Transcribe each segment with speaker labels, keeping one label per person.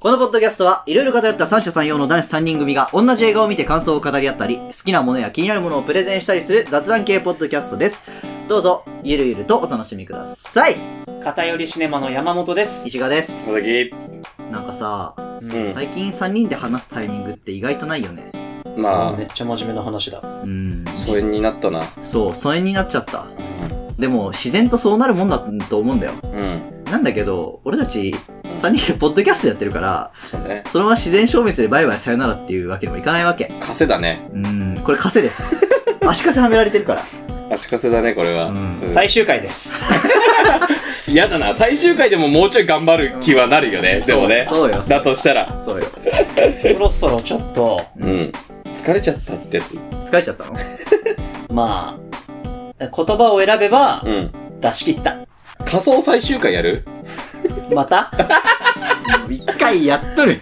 Speaker 1: このポッドキャストは、いろいろ偏った三者三様の男子3人組が、同じ映画を見て感想を語り合ったり、好きなものや気になるものをプレゼンしたりする雑談系ポッドキャストです。どうぞ、ゆるゆるとお楽しみください。
Speaker 2: 偏りシネマの山本です。
Speaker 1: 石川です。
Speaker 3: 佐々木、
Speaker 1: なんかさ、
Speaker 3: うん
Speaker 1: 最近3人で話すタイミングって意外とないよね。
Speaker 3: まあ、
Speaker 2: めっちゃ真面目な話だ。
Speaker 1: うん。
Speaker 3: 疎遠になったな。
Speaker 1: そう、疎遠になっちゃった。でも、自然とそうなるもんだと思うんだよ。
Speaker 3: うん。
Speaker 1: なんだけど、俺たち、3人でポッドキャストやってるから、
Speaker 3: そうね。
Speaker 1: そのまま自然消滅でバイバイさよならっていうわけにもいかないわけ。
Speaker 3: 稼だね。
Speaker 1: うん、これ稼 です。足稼はめられてるから。
Speaker 3: 足稼だね、これは。
Speaker 1: う
Speaker 3: うんん
Speaker 2: 最終回です。
Speaker 3: 嫌だな。最終回でももうちょい頑張る気はなるよね。でもね。
Speaker 1: そうよ。
Speaker 3: だとしたら。
Speaker 1: そうよ。
Speaker 2: そろそろちょっと、
Speaker 3: うん。疲れちゃったってやつ。
Speaker 1: 疲れちゃったの
Speaker 2: まあ、言葉を選べば
Speaker 3: うん。
Speaker 2: 出し切った。
Speaker 3: 仮想最終回やる
Speaker 2: また
Speaker 1: 一回やっとる。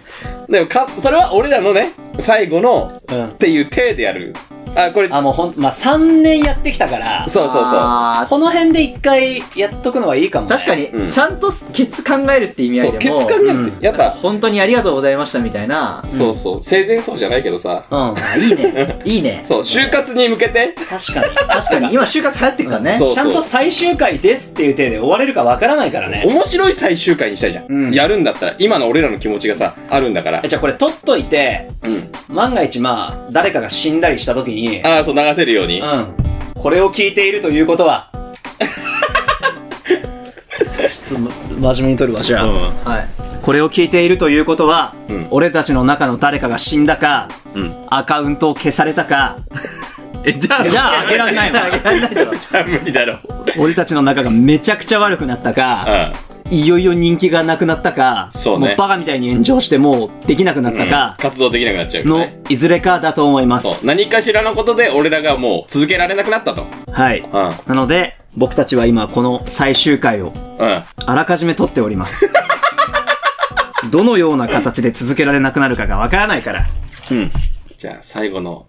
Speaker 3: でもか、それは俺らのね、最後の
Speaker 2: うん
Speaker 3: っ。ていう体でやる。あ、これ、
Speaker 2: あ、もうほんと、まあ3年やってきたから、
Speaker 3: そうそうそう。
Speaker 1: あー
Speaker 2: この辺で一回やっとくのはいいかも、ね。
Speaker 1: 確かに、
Speaker 3: うん
Speaker 1: ちゃんとケツ考えるって意味合
Speaker 3: そ、
Speaker 1: いうで
Speaker 3: ケツ
Speaker 1: も、
Speaker 3: 考えっ
Speaker 2: うん
Speaker 3: て、やっぱ、
Speaker 1: 本当にありがとうございましたみたいな。
Speaker 3: そうそう、生前葬じゃないけどさ。
Speaker 2: うん。
Speaker 1: あいい ね。いいね。
Speaker 3: そう、就活に向けて、
Speaker 2: 確かに。
Speaker 1: 確かに、今就活流行ってるからね。
Speaker 3: そう
Speaker 2: ちゃんと最終回ですっていう体で終われるかわからないからね。
Speaker 3: 面白い最終回にしたいじゃん。
Speaker 2: うん
Speaker 3: やるんだったら、今の俺らの気持ちがさ、あるんだから
Speaker 2: え。じゃあこれ取っといて、
Speaker 3: うん。
Speaker 2: 万が一まあ、誰かが死んだりした時に、
Speaker 3: ああ、そう、流せるように。
Speaker 2: うん。これを聞いているということは。ちょっと、真面目に撮るわ、じゃあ、
Speaker 1: はい。
Speaker 2: これを聞いているということは、
Speaker 3: うん
Speaker 2: 俺たちの中の誰かが死んだか、
Speaker 3: うん
Speaker 2: アカウントを消された か、
Speaker 3: え、じゃ
Speaker 2: じゃああげらんないわ。
Speaker 3: じゃあ無理だろ。うん。
Speaker 2: 俺たちの中がめちゃくちゃ悪くなったか、いよいよ人気がなくなったか、
Speaker 3: そうね
Speaker 2: もうバカみたいに炎上してもうできなくなったか、
Speaker 3: 活動できなくなっちゃうよ
Speaker 2: の
Speaker 3: ね。
Speaker 2: いずれかだと思いま
Speaker 3: そう。
Speaker 2: す。
Speaker 3: 何かしらのことで俺らがもう続けられなくなったと。
Speaker 2: はい。
Speaker 3: うん。
Speaker 2: なので、僕たちは今この最終回を
Speaker 3: うん。
Speaker 2: あらかじめ撮っており ます。どのような形で続けられなくなるかがわからないから。
Speaker 3: うん。じゃあ最後の、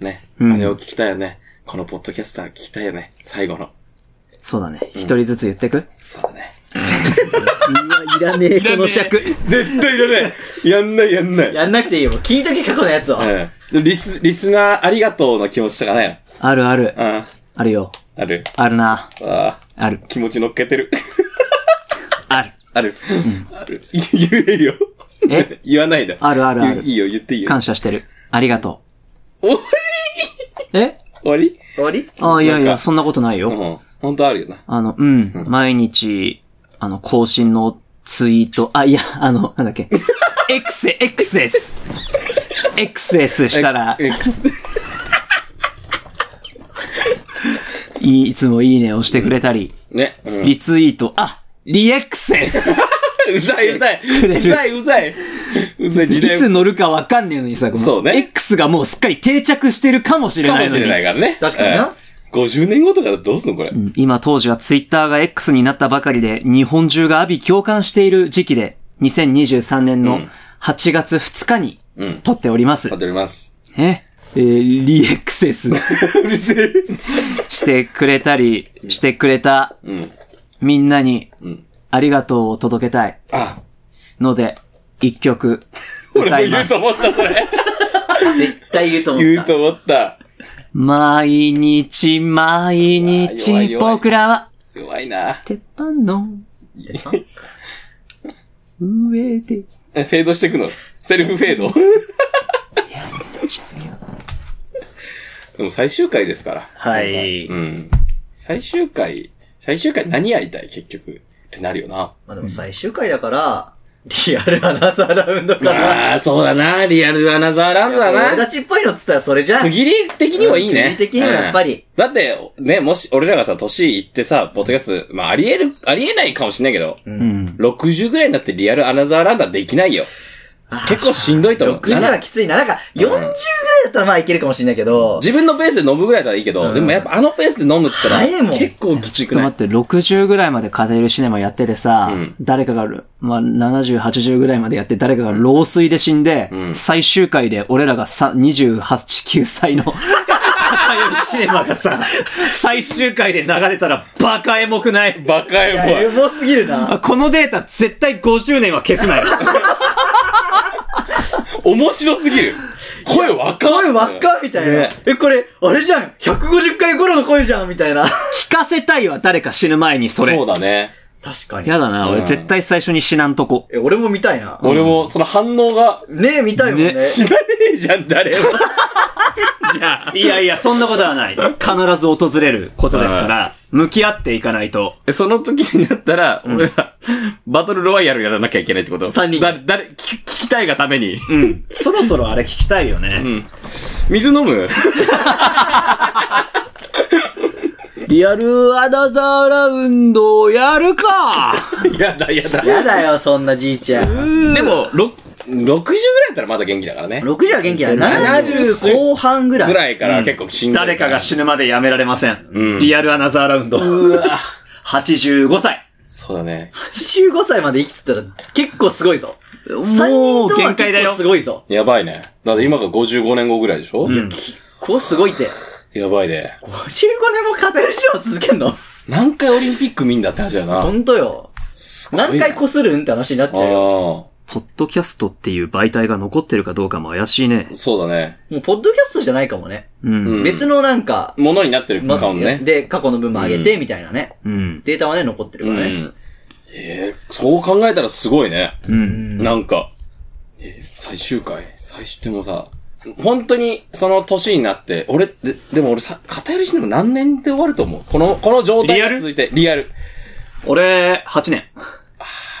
Speaker 3: ね。
Speaker 2: うん
Speaker 3: あれを聞きたいよね。このポッドキャスター聞きたいよね。最後の。
Speaker 1: そうだね。
Speaker 2: 一人ずつ言ってく
Speaker 3: そうだね。
Speaker 1: いらねえ、この尺。
Speaker 3: 絶対いらないやんないやんない。
Speaker 1: やんなくていいよ。もう聞いとけ、過去のやつを。
Speaker 3: うん。リス、リスナーありがとうの気持ちとかない
Speaker 2: あるある。
Speaker 3: のうん。
Speaker 2: あるよ。
Speaker 3: ある。
Speaker 2: あるな。
Speaker 3: ああ。
Speaker 2: ある。
Speaker 3: 気持ち乗っけてる。
Speaker 2: ある。
Speaker 3: ある。ある。言えるよ。
Speaker 2: え
Speaker 3: 言わないで。
Speaker 2: あるあるあ
Speaker 3: 言うい
Speaker 2: る。
Speaker 3: いよ、言っていいよ。
Speaker 2: 感謝してる。ありがと
Speaker 3: 終わ
Speaker 2: う。え
Speaker 3: り終わり
Speaker 1: 終わり
Speaker 2: ああ、いやい
Speaker 3: なん
Speaker 2: や、
Speaker 3: か
Speaker 2: そんなことないよ。
Speaker 3: うん。ほんとあるよな。
Speaker 2: あの、うん。毎日、あの、更新のツイート、あ、いや、あの、なんだっ け。エクセ、エクセス。エクセスしたら、
Speaker 3: ええくす
Speaker 2: いいつもいいねをしてくれたり、
Speaker 3: ね。うん。
Speaker 2: リツイート、あ、リエクセス
Speaker 3: うざい、うざい。うざい、うざい。うざい、
Speaker 2: い
Speaker 3: 時代
Speaker 2: つ乗るかわかんねえのにさ、この
Speaker 3: そうね
Speaker 2: X がもうすっかり定着してるかもしれ
Speaker 3: か
Speaker 2: ない
Speaker 3: も
Speaker 2: の
Speaker 3: し
Speaker 2: に。
Speaker 3: れないからね。
Speaker 1: 確かにな
Speaker 3: うん。50年後とかどうすんのこれ。
Speaker 2: うん今当時はツイッターが X になったばかりで、日本中が阿ビ共感している時期で、2023年
Speaker 3: う
Speaker 2: の
Speaker 3: ん
Speaker 2: 8月2日に
Speaker 3: うん。
Speaker 2: 撮っております。
Speaker 3: 待っております。
Speaker 2: え、えーリエクセス
Speaker 3: うるせえ。
Speaker 2: してくれたり、してくれた
Speaker 3: うん。
Speaker 2: みんなに
Speaker 3: うん。
Speaker 2: ありがとうを届けたい
Speaker 3: あ、
Speaker 2: ので、一曲
Speaker 3: 俺も
Speaker 2: 歌い
Speaker 3: 言
Speaker 2: ま
Speaker 3: う
Speaker 2: す
Speaker 3: と。思った、それ。
Speaker 1: 絶対言うと 思った。
Speaker 3: 言うと思った。
Speaker 2: 毎日毎
Speaker 3: うわ弱い
Speaker 2: 日
Speaker 3: 弱い
Speaker 2: 僕らは
Speaker 3: 弱いな。
Speaker 2: 鉄板の上で。
Speaker 3: えフェードしてくのセルフフェードでも最終回ですから。
Speaker 2: はい
Speaker 3: うん。最終回、最終回何やりたい結局。ってなるよな。
Speaker 1: まあでも最終回だから、リアルアナザーラウンドかな。
Speaker 3: ああ、そうだな。リアルアナザーランドだ
Speaker 1: 俺
Speaker 3: な。
Speaker 1: たちっぽいのっつったらそれじゃん
Speaker 3: 区。切り的にはいい
Speaker 1: 区切
Speaker 3: ね。
Speaker 1: り的にはやっぱり
Speaker 3: うんだって、ね、もし俺らがさ、年いってさ、ポッドキャスト、まあ、ありえる、ありえないかもしれないけど、
Speaker 2: うん。
Speaker 3: 60ぐらいになってリアルアナザーランドはできないよ。結構しんどいと思う。
Speaker 1: 60はきついな。なんか、40ぐらいだったらまあいけるかもしれないけど、
Speaker 3: 自分のペースで飲むぐらいならいいけど、
Speaker 1: ん
Speaker 3: でもやっぱあのペースで飲むって言
Speaker 1: 早
Speaker 3: っ
Speaker 1: い
Speaker 3: たら、
Speaker 1: もん
Speaker 3: 結構きつ
Speaker 2: ちょ
Speaker 3: く
Speaker 2: っと
Speaker 3: ない
Speaker 2: 待って、60ぐらいまで偏るシネマやっててさ、
Speaker 3: うん
Speaker 2: 誰かが、まあ、70、80ぐらいまでやって、誰かが老衰で死んで、
Speaker 3: うん
Speaker 2: 最終回で俺らがさ、28、9歳の偏るシネマがさ、最終回で流れたらバカエモくない
Speaker 3: バカエ
Speaker 1: いやエ
Speaker 3: モい。
Speaker 1: モすぎるな。
Speaker 2: あこのデータ絶対50年は消すなよ。
Speaker 3: 面白すぎる。声わか
Speaker 1: 声輪っかみたいな、
Speaker 3: ね
Speaker 1: え、これ、あれじゃん !150 回頃の声じゃんみたいな。
Speaker 2: 聞かせたいわ、誰か死ぬ前にそれ。
Speaker 3: そうだね。
Speaker 1: 確かに
Speaker 2: や。だな、
Speaker 3: う
Speaker 2: 俺
Speaker 3: ん
Speaker 2: 絶対最初に死なんとこ。
Speaker 1: え、俺も見たいな。
Speaker 3: 俺も、その反応が、
Speaker 1: ねえ、見たいもんね。
Speaker 2: ね
Speaker 3: 知らねえじゃん、誰 も。
Speaker 2: じゃ あ、いやいや、そんなことはない。必ず訪れることですから、向き合っていかないと。
Speaker 3: その時になったら、俺ら、バトルロワイヤルやらなきゃいけないってこと
Speaker 1: 三人
Speaker 3: 誰、誰、聞き聞きたいがために。
Speaker 2: うん。そろそろあれ聞きたいよね。
Speaker 3: 水飲む
Speaker 2: リアルアナザーラウンドをやるか
Speaker 3: やだ、やだ。
Speaker 1: やだよ、そんなじいちゃん。
Speaker 3: でも、ろ60ぐらいだったらまだ元気だからね。
Speaker 1: 60は元気だよ。
Speaker 3: 70
Speaker 1: 70後半ぐらい。
Speaker 3: ぐらいから結構しんどい。
Speaker 2: 誰かが死ぬまでやめられません。
Speaker 3: うん
Speaker 2: リアルアナザーラウンド。
Speaker 3: うわ
Speaker 2: 85歳。
Speaker 3: そうだね。
Speaker 1: 85歳まで生きてたら結構すごいぞ。3人とは
Speaker 2: 限界だ
Speaker 1: 結
Speaker 2: よ
Speaker 1: 構すごいぞ。
Speaker 3: やばいね。だって今が55年後ぐらいでしょ
Speaker 2: ん
Speaker 1: こうすごいって。
Speaker 3: やばいね。
Speaker 1: 55年も語る人を続けんの
Speaker 3: 何回オリンピック見んだって話だ
Speaker 1: ほ
Speaker 3: な。
Speaker 1: んとよ。
Speaker 3: すごい
Speaker 1: 何回こするんって話になっちゃうよ。
Speaker 3: あ
Speaker 2: ポッドキャストっていう媒体が残ってるかどうかも怪しいね
Speaker 3: あ、。そうだね。
Speaker 1: もう、ポッドキャストじゃないかもね。
Speaker 2: うん。
Speaker 3: うん
Speaker 1: 別のなんか、
Speaker 3: ものになってる
Speaker 1: ま
Speaker 3: かもね。
Speaker 1: で、過去の分も上げて、みたいなね。
Speaker 2: うん。
Speaker 1: データはね、残ってる
Speaker 3: う
Speaker 1: からね。
Speaker 3: ん。ええそう考えたらすごいね。
Speaker 2: うん。
Speaker 3: なんか、えー最終回最終でもさ、本当に、その年になって、俺、で、でも俺さ、偏りしでも何年で終わると思うこの、この状態
Speaker 2: リア
Speaker 3: が
Speaker 2: ル
Speaker 3: 続いて、リアル。
Speaker 2: 俺、8年。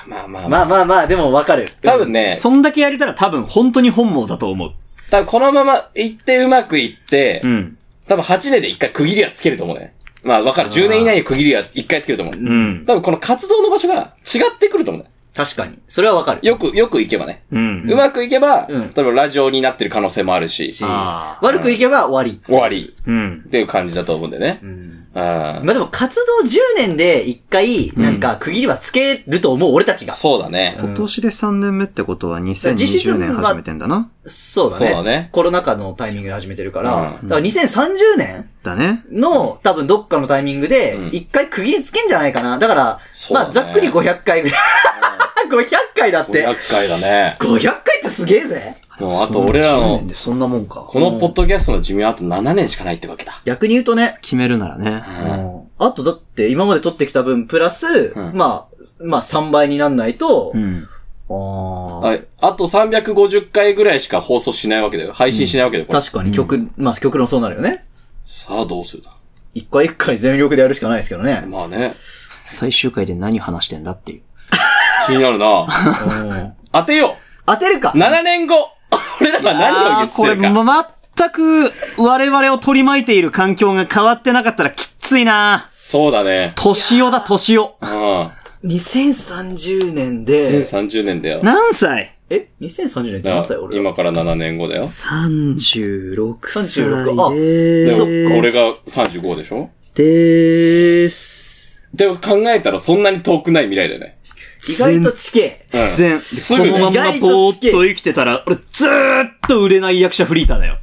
Speaker 3: まあまあま
Speaker 1: ま
Speaker 3: あ。
Speaker 1: あまあまあ、でもわかる。
Speaker 3: 多分ね、
Speaker 2: そんだけやれたら多分本当に本望だと思う。
Speaker 3: 多分このまま行ってうまくいって、
Speaker 2: ん。
Speaker 3: 多分8年で一回区切りはつけると思うね。まあわかる。10年以内に区切りは一回つけると思う。
Speaker 2: うん。
Speaker 3: 多分この活動の場所が違ってくると思うね。
Speaker 1: 確かに。それはわかる。
Speaker 3: よく、よくいけばね。
Speaker 2: うん
Speaker 3: うまくいけば、
Speaker 1: うん
Speaker 3: 例えばラジオになってる可能性もあるし、
Speaker 1: し
Speaker 2: あー
Speaker 1: 悪くいけば終わり。
Speaker 3: 終わり
Speaker 2: うん。
Speaker 3: っていう感じだと思うんだよね。うん。
Speaker 1: まあでも活動10年で一回、なんか区切りはつけると思う、俺たちが。
Speaker 3: そうだね。
Speaker 2: 今年で3年目ってことは
Speaker 1: 実質
Speaker 2: 2020年
Speaker 1: まあ
Speaker 2: 始めてんだな。
Speaker 1: そうだね。
Speaker 3: そうだね
Speaker 1: コロナ禍のタイミングで始めてるから、
Speaker 3: う
Speaker 1: だから2030年
Speaker 2: だね。
Speaker 1: の多分どっかのタイミングで
Speaker 3: う、ん
Speaker 1: 一回区切りつけんじゃないかな。だから、
Speaker 3: そうだ
Speaker 1: ま
Speaker 3: ね
Speaker 1: あざっくり500回ぐらい。500回 だって。
Speaker 3: 500回だね。
Speaker 1: 500回ってすげえぜ。
Speaker 3: もうあと俺ら
Speaker 2: 10
Speaker 3: の
Speaker 2: 年、でそんなもんか。
Speaker 3: このポッドキャストの寿命はあと7年しかないってわけだ。
Speaker 1: 逆に言うとね、
Speaker 2: 決めるならね。
Speaker 3: うん
Speaker 1: あとだって今まで取ってきた分、プラス、
Speaker 3: うん
Speaker 1: まあ、まあ3倍になんないと、
Speaker 2: うん。
Speaker 1: あー
Speaker 3: はい。あと350回ぐらいしか放送しないわけだよ。配信しないわけだよ。これ
Speaker 1: 確かに曲、まあ曲論そうなるよね。
Speaker 3: さあどうするだ。
Speaker 1: 一回一回全力でやるしかないですけどね。
Speaker 3: まあね。
Speaker 2: 最終回で何話してんだっていう。
Speaker 3: 気になる な。
Speaker 1: うん
Speaker 3: 当てよ
Speaker 1: 当てるか
Speaker 3: う !7 年後 俺らが何を言
Speaker 2: これ、
Speaker 3: ってるか。
Speaker 2: ま全く我々を取り巻いている環境が変わってなかったらきっついな
Speaker 3: そうだね。
Speaker 2: 年をだ、年を。
Speaker 3: うん。
Speaker 1: !2030 年で、
Speaker 3: 2030年だよ。
Speaker 2: 何歳
Speaker 1: え ?2030 年って
Speaker 3: だ
Speaker 1: 何
Speaker 3: か
Speaker 1: 歳
Speaker 3: ら
Speaker 1: 俺
Speaker 3: 今から7年後だよ。
Speaker 2: ?36 歳で
Speaker 1: 36あ
Speaker 3: でも、
Speaker 1: えー
Speaker 3: 俺が35でしょ
Speaker 2: でーす。
Speaker 3: でも考えたらそんなに遠くない未来だよね。
Speaker 1: 意外と地形。
Speaker 3: うん
Speaker 2: 全、
Speaker 3: す
Speaker 2: こ
Speaker 3: ぐ
Speaker 2: のま
Speaker 3: ね。
Speaker 2: んまぼーっと生きてたら、俺ずーっと売れない役者フリーターだ よ。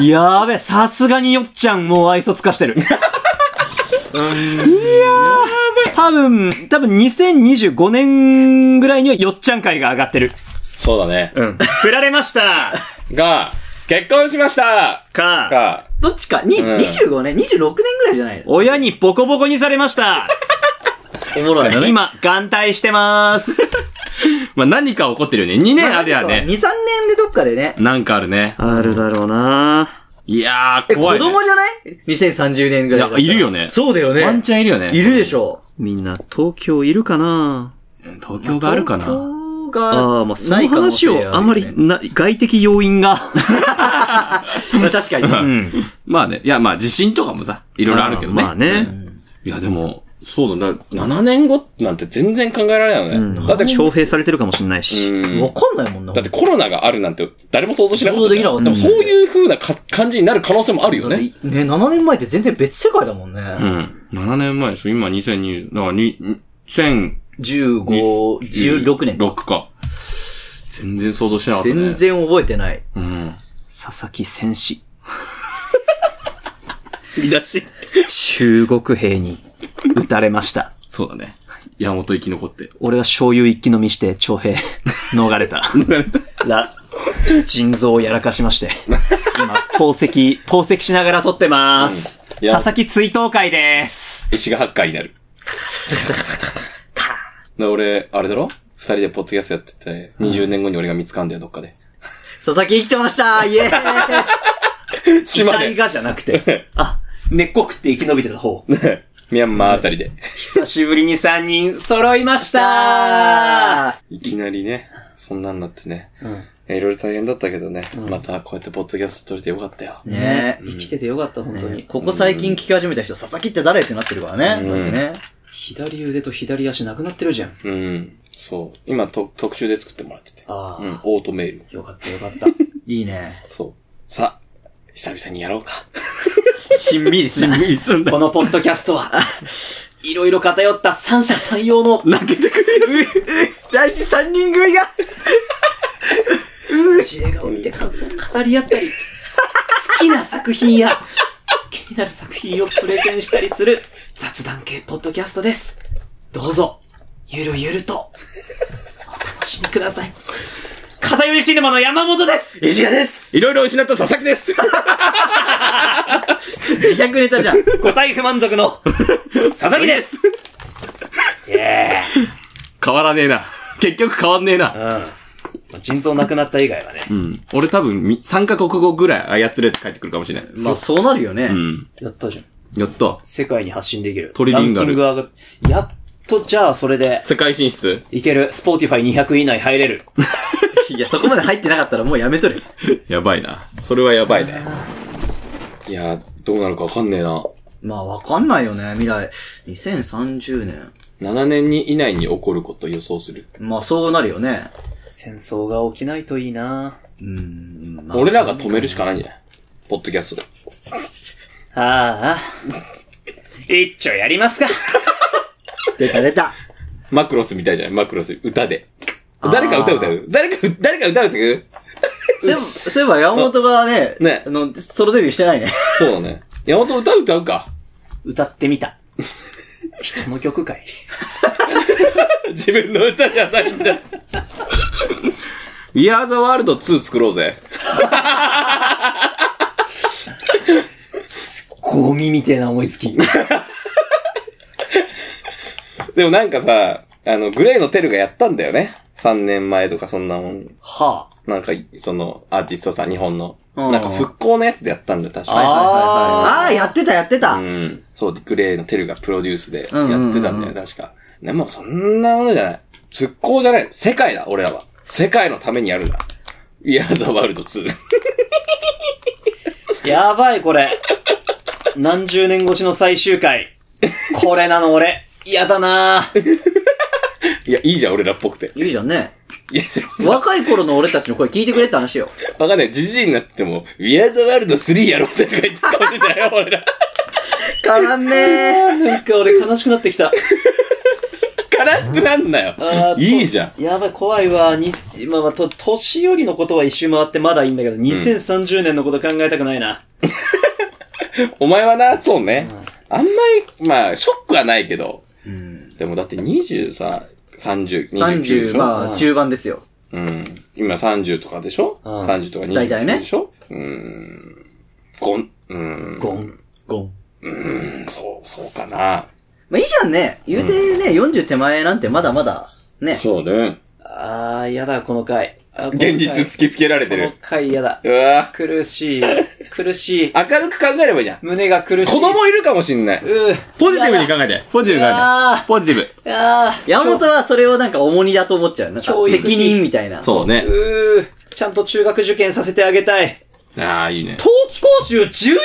Speaker 2: やーべ、さすがによっちゃんもう愛想つかしてる。いやー、多分、多分2025年ぐらいにはよっちゃん会が上がってる。
Speaker 3: そうだね。
Speaker 2: うん。振られました
Speaker 3: が、結婚しました
Speaker 2: か、
Speaker 3: が、
Speaker 1: どっちか。に、
Speaker 3: うん
Speaker 1: 25年 ?26 年ぐらいじゃないの
Speaker 2: 親にボコボコにされました
Speaker 1: おもろいね。
Speaker 2: 今、眼帯してます。
Speaker 3: まあ、何か起こってるよね。2年あれや
Speaker 1: 2、3
Speaker 3: ね。
Speaker 1: 年でどっかでね。
Speaker 3: なんかあるね。
Speaker 2: あるだろうない
Speaker 3: や
Speaker 1: え、
Speaker 3: ー、怖い、ね。
Speaker 1: 子供じゃない ?2030 年ぐらいだったら。
Speaker 3: いやいるよね
Speaker 1: そうだよね。
Speaker 3: ワンチャンいるよね。
Speaker 1: いるでしょ
Speaker 2: みんな東京いるかな
Speaker 3: 東京があるかな。
Speaker 1: う。が、
Speaker 2: ああ、まあ、その話をあんまり
Speaker 1: ま
Speaker 2: な、外的要因が。
Speaker 1: あ確かに。
Speaker 2: うん。
Speaker 3: まあね。いや、まあ、地震とかもさ、いろいろあるけどね。
Speaker 2: まあね。
Speaker 3: いや、でも、そうだな。7年後なんて全然考えられないよね。だって、
Speaker 2: 徴兵されてるかもしれないし。
Speaker 3: うん
Speaker 1: わかんないもんな。
Speaker 3: だってコロナがあるなんて誰も想像しなかったじゃん。
Speaker 1: 想像できなかった
Speaker 3: もそういう風なか感じになる可能性もあるよ
Speaker 1: だっ
Speaker 3: ね。
Speaker 1: てね、7年前って全然別世界だもんね。
Speaker 3: うん。7年前でしょ今2020、だからに、2000、
Speaker 1: 15、16年。
Speaker 3: 6か。全然想像してなかったね。
Speaker 1: 全。然覚えてない。
Speaker 3: うん。
Speaker 2: 佐々木戦士。
Speaker 3: 見出し。
Speaker 2: 中国兵に撃たれました。
Speaker 3: そうだね。山本生き残って。
Speaker 2: 俺は醤油一気飲みして徴兵逃れた。
Speaker 3: な
Speaker 2: ら、腎臓をやらかしまして。今、透析、透析しながら撮ってます。
Speaker 3: うんいや
Speaker 2: 佐々木追悼会です。
Speaker 3: 石がハッカーに なる。で、俺、あれだろ二人でポッドキャストやってて、20年後に俺が見つかんだよ、どっか で。
Speaker 1: 佐々木生きてましたイエーイ
Speaker 3: 島
Speaker 2: 大
Speaker 3: で、
Speaker 2: がじゃなく て。あ、根っこ食って生き延びてた方。
Speaker 3: ミャンマーあたりで。
Speaker 2: 久しぶりに3人揃いました
Speaker 1: あ
Speaker 3: いきなりね、そんなんなってね。
Speaker 2: ん
Speaker 3: いろいろ大変だったけどね、またこうやってポッドキャスト撮れてよかったよ。
Speaker 1: ーねえ。
Speaker 2: 生きててよかった、本当に。
Speaker 1: ここ最近聞き始めた人、佐々木って誰ってなってるからね。
Speaker 3: うん
Speaker 1: だってね。
Speaker 2: 左腕と左足なくなってるじゃん。
Speaker 3: うん。そう。今、と特注で作ってもらってて。
Speaker 2: ああ、
Speaker 3: うん、オートメール。
Speaker 2: よかったよ かった。
Speaker 1: いいね。
Speaker 3: そう。さあ、久々にやろうか。
Speaker 1: しんみりする。
Speaker 3: 無理すん。
Speaker 2: このポッドキャスト は、いろいろ偏った三者三様の、泣けてくれる
Speaker 1: 大事三人組が
Speaker 2: 知恵が降りて感想を語り合ったり、好きな作品や、気になる作品をプレゼンしたりする雑談系ポッドキャストです。どうぞ、ゆるゆると、お楽しみください。偏りシネマの山本です
Speaker 1: エジガです
Speaker 3: いろいろ失った佐々木 です。
Speaker 1: 自虐ネタじ ゃん。
Speaker 2: 五体不満足の佐々木ですイエ
Speaker 3: 変わらねえな。結局変わんねえな。
Speaker 2: ーうん。腎臓なくなった以外はね。
Speaker 3: うん。俺多分み、3カ国語ぐらい操れて帰ってくるかもしれない。
Speaker 1: まあそうなるよね。
Speaker 3: うん。
Speaker 2: やったじゃん。
Speaker 3: やった。
Speaker 2: 世界に発信できる。
Speaker 3: トリリンガル
Speaker 2: ランキング上がやっとじゃあそれで、
Speaker 3: 世界進出
Speaker 2: いける。スポーティファイ200以内入れる。
Speaker 1: いや、そこまで入ってなかったらもうやめとる。
Speaker 3: やばいな。それはやばいね。いやー、どうなるかわかんねえな。
Speaker 1: まあわかんないよね、未来。2030年。
Speaker 3: 7年に以内に起こること予想する。
Speaker 1: まあそうなるよね。
Speaker 2: 戦争が起きないといいな
Speaker 1: うーん。まあ
Speaker 3: 俺らが止めるしかないんじゃないポッドキャストで。
Speaker 2: ああ。一丁やりますか。
Speaker 1: 出た出た。
Speaker 3: マクロスみたいじゃないマクロス。歌で。誰か歌歌う誰か、誰か歌うって
Speaker 1: そういえばそういえば山本がね、
Speaker 3: ね
Speaker 1: あの、ソロデビューしてないね。
Speaker 3: くそうだね。山本歌歌うか。
Speaker 2: 歌ってみた。人の曲かい。
Speaker 3: 自分の歌じゃないんだ。We are the world 2作ろうぜ。
Speaker 2: ゴミみてえな思いつき。
Speaker 3: でもなんかさ、あの、グレーのテルがやったんだよね。3年前とかそんなもん。
Speaker 2: は
Speaker 3: なんか、その、アーティストさん、日本の。
Speaker 1: うん
Speaker 3: なんか復興のやつでやったんだよ、確
Speaker 2: あ
Speaker 3: か
Speaker 1: ああ、やってたやってた。
Speaker 3: に。うん。そう、グレーのテルがプロデュースでやってた
Speaker 1: うんうんうん
Speaker 3: んだよ、確か。でもそんなものじゃない。復興じゃない。世界だ、俺らは。世界のためにやるんだ。We are the world 2。
Speaker 2: あ。やばい、これ。何十年越しの最終回。これなの、俺。嫌だない
Speaker 3: や、いいじゃん、俺らっぽくて。
Speaker 1: いいじゃんね。
Speaker 3: いや、でもさ
Speaker 1: 若い頃の俺たちの声聞いてくれって話よ。
Speaker 3: わかんない。じじいになっても、We are the world 3やろうぜとか言ってたかもしれないよ、俺ら。
Speaker 1: 変わんねー。
Speaker 2: なんか俺悲しくなってきた。
Speaker 3: 悲しくなんなよ
Speaker 2: あ。ー
Speaker 3: いいじゃん。
Speaker 2: やばい、怖いわ。に、まあまあ、と、年寄りのことは一周回ってまだいいんだけど、2030年のこと考えたくないな。
Speaker 3: お前はな、そうね。あんまり、まあ、ショックはないけど。でもだって20さ、30、29でし
Speaker 1: 30、
Speaker 3: ょ、
Speaker 1: まあ、中盤ですよ。
Speaker 3: うん。今30とかでしょ、
Speaker 2: うん
Speaker 3: ?30 とか
Speaker 1: 大体ね
Speaker 3: 29でしょ、うーん。ごん、うーん。
Speaker 2: ゴン。
Speaker 1: ゴン。
Speaker 3: うん、そう、そうかな。
Speaker 1: まあいいじゃんね。言うてね、40手前なんてまだまだ、ね。
Speaker 3: そうね。
Speaker 2: あー、やだ、この回。あ
Speaker 3: 現実突きつけられてる
Speaker 2: この。回やだ
Speaker 3: う。わ
Speaker 2: 苦しい。苦しい。
Speaker 3: 明るく考えればいいじゃん。
Speaker 2: 胸が苦しい。。
Speaker 3: 子供いるかもしんないう
Speaker 2: ー。
Speaker 3: ポジティブに考えて。ポジティブに考え
Speaker 2: あ
Speaker 3: て。ポジティブ。
Speaker 2: ー。あー。
Speaker 1: 山本はそれをなんか重荷だと思っちゃう。なんか
Speaker 2: 教育
Speaker 1: 責任みたいな。
Speaker 3: そうね。
Speaker 2: うー。ちゃんと中学受験させてあげたい。
Speaker 3: ああ、いいね。
Speaker 2: 冬季講習11万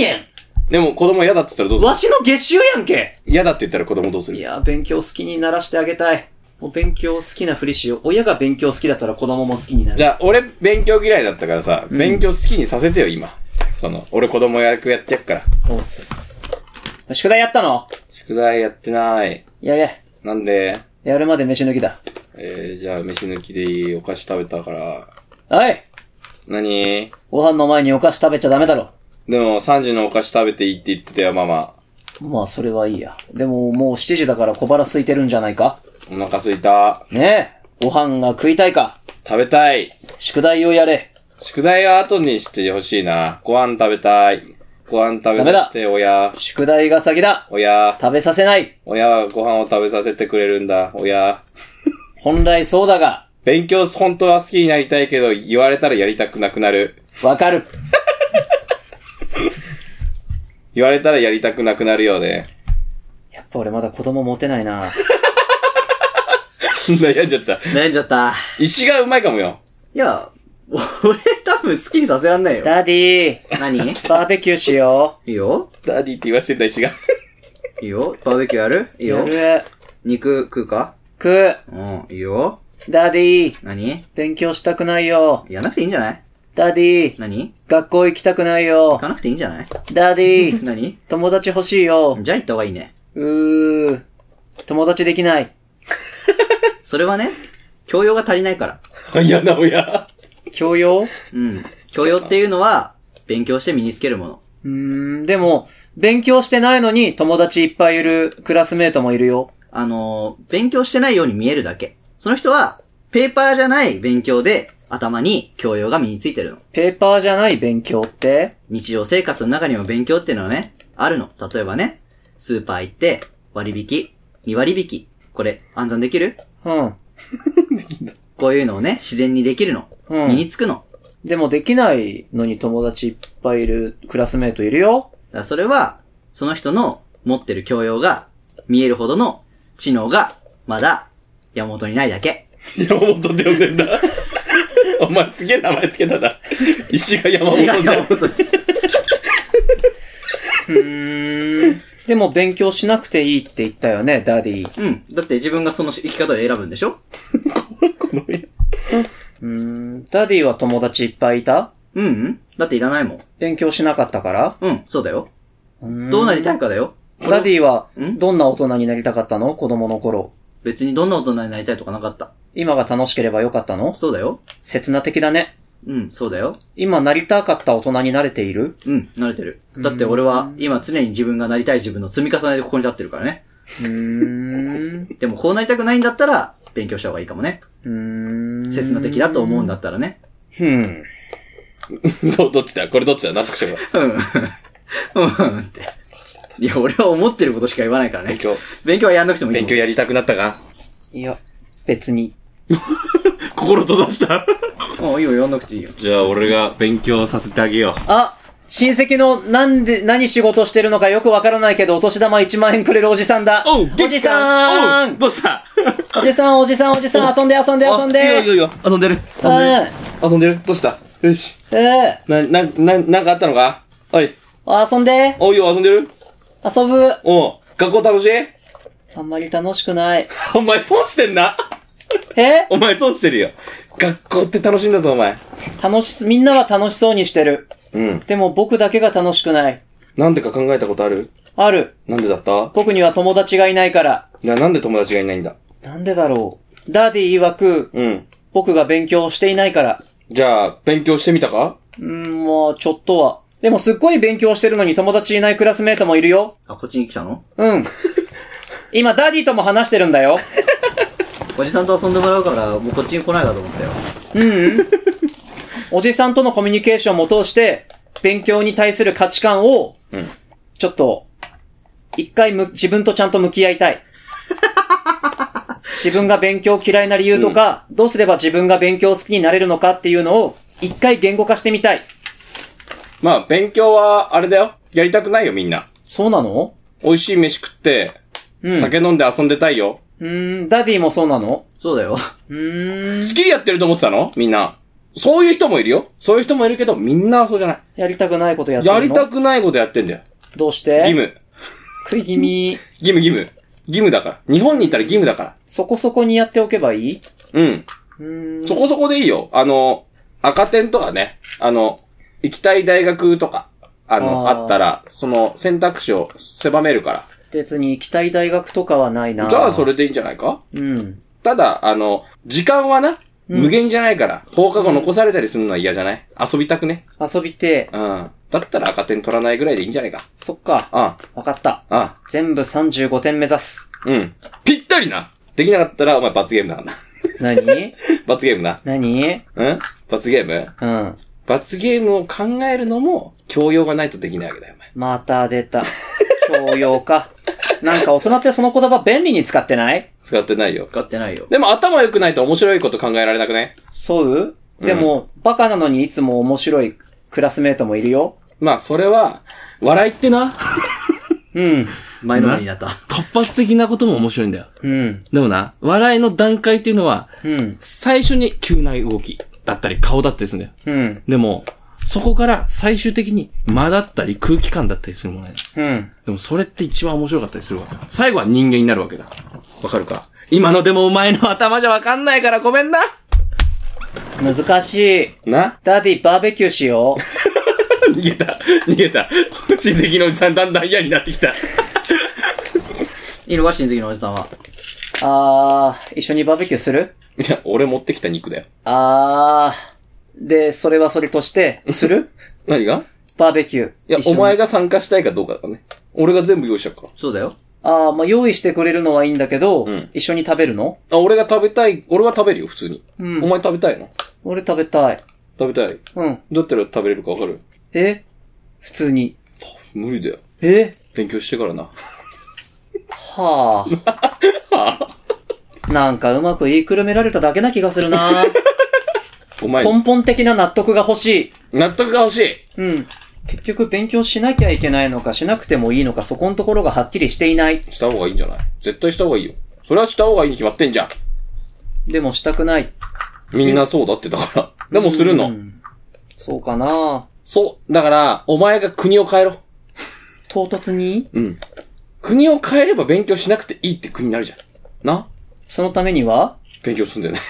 Speaker 2: 円
Speaker 3: でも子供嫌だって言ったらどうする
Speaker 2: わしの月収やんけ
Speaker 3: 嫌だって言ったら子供どうす
Speaker 2: い
Speaker 3: る
Speaker 2: やー、勉強好きにならしてあげたい。もう勉強好きなふりしよう。親が勉強好きだったら子供も好きになる。
Speaker 3: じゃあ、俺、勉強嫌いだったからさ、勉強好きにさせてよ、今。その、俺子供役やってやっから。
Speaker 2: おっす宿題やったの
Speaker 3: 宿題やってない。
Speaker 2: やげ。
Speaker 3: なんで、
Speaker 2: やるまで飯抜きだ。
Speaker 3: えー、じゃあ、飯抜きでいい、お菓子食べたから。
Speaker 2: おい
Speaker 3: 何
Speaker 2: ご飯の前にお菓子食べちゃダメだろ。
Speaker 3: でも、3時のお菓子食べていいって言ってたよ、ママ。
Speaker 2: まあ、それはいいや。でも、もう7時だから小腹空いてるんじゃないか
Speaker 3: お腹すいた。
Speaker 2: ねえ、ご飯が食いたいか
Speaker 3: 食べたい。
Speaker 2: 宿題をやれ。
Speaker 3: 宿題は後にしてほしいな。ご飯食べたい。ご飯食べさせて、親。
Speaker 2: 宿題が先だ。
Speaker 3: 親。
Speaker 2: 食べさせない。
Speaker 3: 親はご飯を食べさせてくれるんだ。親。
Speaker 2: 本来そうだが、
Speaker 3: 勉強、本当は好きになりたいけど、言われたらやりたくなくなる。
Speaker 2: わかる。
Speaker 3: 言われたらやりたくなくなるよね。
Speaker 2: やっぱ俺まだ子供持てないな。
Speaker 3: 悩んじゃった。
Speaker 1: 悩んじゃった。
Speaker 3: 石がうまいかもよ。
Speaker 1: いや、俺多分好きにさせらんないよ。
Speaker 2: ダディ、
Speaker 1: 何い
Speaker 2: バーベキューしよ。
Speaker 1: いよ
Speaker 3: ダディって言わせてた石が。
Speaker 1: いいよバーベキューやるいういよ
Speaker 2: 夜、
Speaker 1: 肉食うか
Speaker 2: く、
Speaker 1: うん、いいよ
Speaker 2: ダディ、
Speaker 1: 何
Speaker 2: 勉強したくないよ。
Speaker 1: やんなくていいんじゃない
Speaker 2: ダディ、
Speaker 1: 何
Speaker 2: 学校行きたくない
Speaker 1: 行
Speaker 2: よ。
Speaker 1: かなくていいんじゃない
Speaker 2: ダディ、
Speaker 1: 何
Speaker 2: 友達欲しいよ。
Speaker 1: じゃあ行った方がいいね。
Speaker 2: うー、友達できない。
Speaker 1: それはね、教養が足りないから。
Speaker 3: 嫌な親。
Speaker 2: 教養う
Speaker 1: うん。教養っていうのは、勉強して身につけるもの。
Speaker 2: ーん、でも、勉強してないのに友達いっぱいいるクラスメートもいるよ。
Speaker 1: あのー、勉強してないように見えるだけ。その人は、ペーパーじゃない勉強で、頭に教養が身についてるの。
Speaker 2: ペーパーじゃない勉強って
Speaker 1: 日常生活の中にも勉強っていうのはね、あるの。例えばね、スーパー行って、割引、2割引き。これ、暗算できる
Speaker 2: うん。
Speaker 1: こういうのをね、自然にできるの。
Speaker 2: うん
Speaker 1: 身につくの。
Speaker 2: でもできないのに友達いっぱいいるクラスメートいるよ。
Speaker 1: だからそれは、その人の持ってる教養が見えるほどの知能がまだ山本にないだけ。
Speaker 3: 山本って呼んでんだ。 お前すげえ名前つけたな。石が山本
Speaker 1: 違う
Speaker 3: だ
Speaker 1: 山
Speaker 3: よ。
Speaker 1: 本です。
Speaker 2: でも勉強しなくていいって言ったよね、ダディ。
Speaker 1: うん。だって自分がその生き方を選ぶんでしょ
Speaker 3: この親
Speaker 2: うーん。ダディは友達いっぱいいた
Speaker 1: うんうん。だっていらないもん。
Speaker 2: 勉強しなかったから
Speaker 1: うん、そうだよ。
Speaker 2: うーん
Speaker 1: どうなりたいかだよ。
Speaker 2: ダディは、
Speaker 1: ん
Speaker 2: どんな大人になりたかったの子供の頃。
Speaker 1: 別にどんな大人になりたいとかなかった。
Speaker 2: 今が楽しければよかったの
Speaker 1: そうだよ。
Speaker 2: 刹那的だね。
Speaker 1: うん、そうだよ。
Speaker 2: 今なりたかった大人になれている
Speaker 1: うん、慣れてる。だって俺は今常に自分がなりたい自分の積み重ねでここに立ってるからね。
Speaker 2: うーん。
Speaker 1: でもこうなりたくないんだったら、勉強した方がいいかもね。
Speaker 2: うーん。
Speaker 1: 刹那的だと思うんだったらね。
Speaker 2: うん。
Speaker 3: ど、どっちだこれどっちだ納得してもらう。
Speaker 1: うん。うんって。いや、俺は思ってることしか言わないから
Speaker 3: 勉
Speaker 1: ね。
Speaker 3: 強。
Speaker 1: 勉強はやんなくてもいい。
Speaker 3: 勉強。やりたくなったか
Speaker 2: いや、別に。
Speaker 3: 心閉ざした。
Speaker 1: うん、いいよ、やんなくていいよ。
Speaker 3: じゃあ俺が勉強させてあげよ
Speaker 2: あ親戚のなんで、何仕事してるのかよくわからないけど、お年玉1万円くれるおじさんだ。
Speaker 3: う。
Speaker 2: おじさ
Speaker 3: おうんどうした
Speaker 2: おじさん、おじさん、おじさん、遊んで遊んで遊ん
Speaker 3: あいい
Speaker 2: で
Speaker 3: よいいよいいよ。遊んでる。
Speaker 2: うん。え
Speaker 3: 遊んでるどうしたよし。
Speaker 2: え
Speaker 3: な、な、な、なんかあったのかおい。
Speaker 2: 遊んで
Speaker 3: おいよ、遊んでる
Speaker 2: 遊ぶ
Speaker 3: おう。学校楽しい
Speaker 2: あんまり楽しくない。
Speaker 3: お前損してんな。
Speaker 2: え
Speaker 3: お前損してるよ。学校って楽しいんだぞ、お前。
Speaker 2: 楽し、みんなは楽しそうにしてる。
Speaker 3: うん。
Speaker 2: でも僕だけが楽しくない。
Speaker 3: なんでか考えたことある
Speaker 2: ある。
Speaker 3: なんでだった
Speaker 2: 僕には友達がいないから。
Speaker 3: な、なんで友達がいないんだ
Speaker 2: なんでだろう。ダディ曰く、
Speaker 3: うん。
Speaker 2: 僕が勉強していないから。
Speaker 3: じゃあ、勉強してみたか
Speaker 2: うーん、まあ、ちょっとは。でもすっごい勉強してるのに友達いないクラスメートもいるよ。
Speaker 1: あ、こっちに来たの
Speaker 2: うん。今、ダディとも話してるんだよ。
Speaker 1: おじさんと遊んでもらうから、もうこっちに来ないかと思ったよ。
Speaker 2: おじさんとのコミュニケーションも通して、勉強に対する価値観を、
Speaker 3: うん
Speaker 2: ちょっと、一回む、自分とちゃんと向き合いた い。自分が勉強嫌いな理由とか、どうすれば自分が勉強好きになれるのかっていうのを、一回言語化してみたい。
Speaker 3: まあ、勉強は、あれだよ。やりたくないよ、みんな。
Speaker 2: そうなの
Speaker 3: 美味しい飯食って、
Speaker 2: うん
Speaker 3: 酒飲んで遊んでたいよ。
Speaker 2: うーん、ダディもそうなの
Speaker 1: そうだよ。
Speaker 2: うーん。
Speaker 3: 好きでやってると思ってたのみんな。そういう人もいるよ。そういう人もいるけど、みんなはそうじゃない。
Speaker 2: やりたくないことやってる
Speaker 3: や
Speaker 2: の
Speaker 3: りたくないことやってんだよ。
Speaker 2: どうして
Speaker 3: 義。務。
Speaker 2: 食い気味。
Speaker 3: 義務義務。義務だから。日本にいたら義務だから。
Speaker 2: そこそこにやっておけばいい
Speaker 3: うん。
Speaker 2: うーん。
Speaker 3: そこそこでいいよ。あの、赤点とかね、あの、行きたい大学とか、あの、
Speaker 2: あー
Speaker 3: あったら、その選択肢を狭めるから。
Speaker 2: 別に行きたい大学とかはないな。
Speaker 3: じゃあそ。れでいいんじゃないか
Speaker 2: うん。
Speaker 3: ただ、あの、時間はな、無限じゃないから、放課後残されたりするのは嫌じゃない遊びたくね。
Speaker 2: 遊びて、
Speaker 3: うん。だったら赤点取らないぐらいでいいんじゃないか。
Speaker 2: そっか。
Speaker 3: あ
Speaker 2: わかった。
Speaker 3: あ、あ
Speaker 2: 全部35点目指す。
Speaker 3: あ、うん。ぴ ったりなできなかったら、お前罰ゲームだからな。
Speaker 2: 何
Speaker 3: 罰ゲームな。
Speaker 2: 何
Speaker 3: うん罰ゲーム
Speaker 2: うん。
Speaker 3: 罰ゲームを考えるのも、教養がないとできないわけだよ、お前。
Speaker 2: また出た。教養か。なんか大人ってその言葉便利に使ってない
Speaker 3: 使ってないよ。
Speaker 1: 使ってないよ。
Speaker 3: でも頭良くないと面白いこと考えられなくね
Speaker 2: そう
Speaker 3: うん
Speaker 2: でも、バカなのにいつも面白いクラスメートもいるよ。
Speaker 3: まあ、それは、笑いってな、
Speaker 2: うん。
Speaker 1: 前のめりになった。
Speaker 3: 突発的なことも面白いんだよ。
Speaker 2: うん。
Speaker 3: でもな、笑いの段階っていうのは、
Speaker 2: うん。
Speaker 3: 最初に急な動きだったり顔だったりするんだよ。
Speaker 2: うん。
Speaker 3: でも、そこから最終的に間だったり空気感だったりするもんね。
Speaker 2: うん。
Speaker 3: でもそれって一番面白かったりするわ。最後は人間になるわけだ。わかるか今のでもお前の頭じゃわかんないからごめんな
Speaker 2: 難しい。
Speaker 3: な
Speaker 2: ダディ、バーベキューしよ う。
Speaker 3: 逃げた。逃げた。親戚のおじさんだんだん嫌になってきた。
Speaker 1: いいのか、親戚のおじさんは。
Speaker 2: あー、一緒にバーベキューする
Speaker 3: いや、俺持ってきた肉だよ。
Speaker 2: あー。で、それはそれとして、す る
Speaker 3: 何が
Speaker 2: バーベキュー。
Speaker 3: いや
Speaker 2: 一、緒
Speaker 3: お
Speaker 2: に
Speaker 3: 前が参加したいかどうかだね。俺が全部用意したから。
Speaker 1: そう だよ。
Speaker 2: あー、まあ、用意してくれるのはいいんだけど、
Speaker 3: ん
Speaker 2: 一緒に食べるの
Speaker 3: あ、俺が食べたい、俺は食べるよ、普通に。お前食べたいの
Speaker 2: 俺食べたい。
Speaker 3: 食べたい。
Speaker 2: うん。
Speaker 3: どうやったら食べれるかわかる
Speaker 2: え普通に。
Speaker 3: 無理だよ。
Speaker 2: え
Speaker 3: 勉強してからな。
Speaker 2: はあ。なんかうまく言いくるめられただけな気がする な
Speaker 3: お前、
Speaker 2: 根本的な納得が欲しい。
Speaker 3: 納得が欲しい。
Speaker 2: うん。結局勉強しなきゃいけないのかしなくてもいいのかそこのところがはっきりしていない。
Speaker 3: した方がいいんじゃない絶対した方がいいよ。それはした方がいいに決まってんじゃん。
Speaker 2: でもしたくない。
Speaker 3: みんなそうだってだから。でもするの。
Speaker 2: そうかな
Speaker 3: そう。だから、お前が国を変えろ。
Speaker 2: 唐突に
Speaker 3: うん。国を変えれば勉強しなくていいって国になるじゃん。な
Speaker 2: そのためには
Speaker 3: 勉強すんだよね。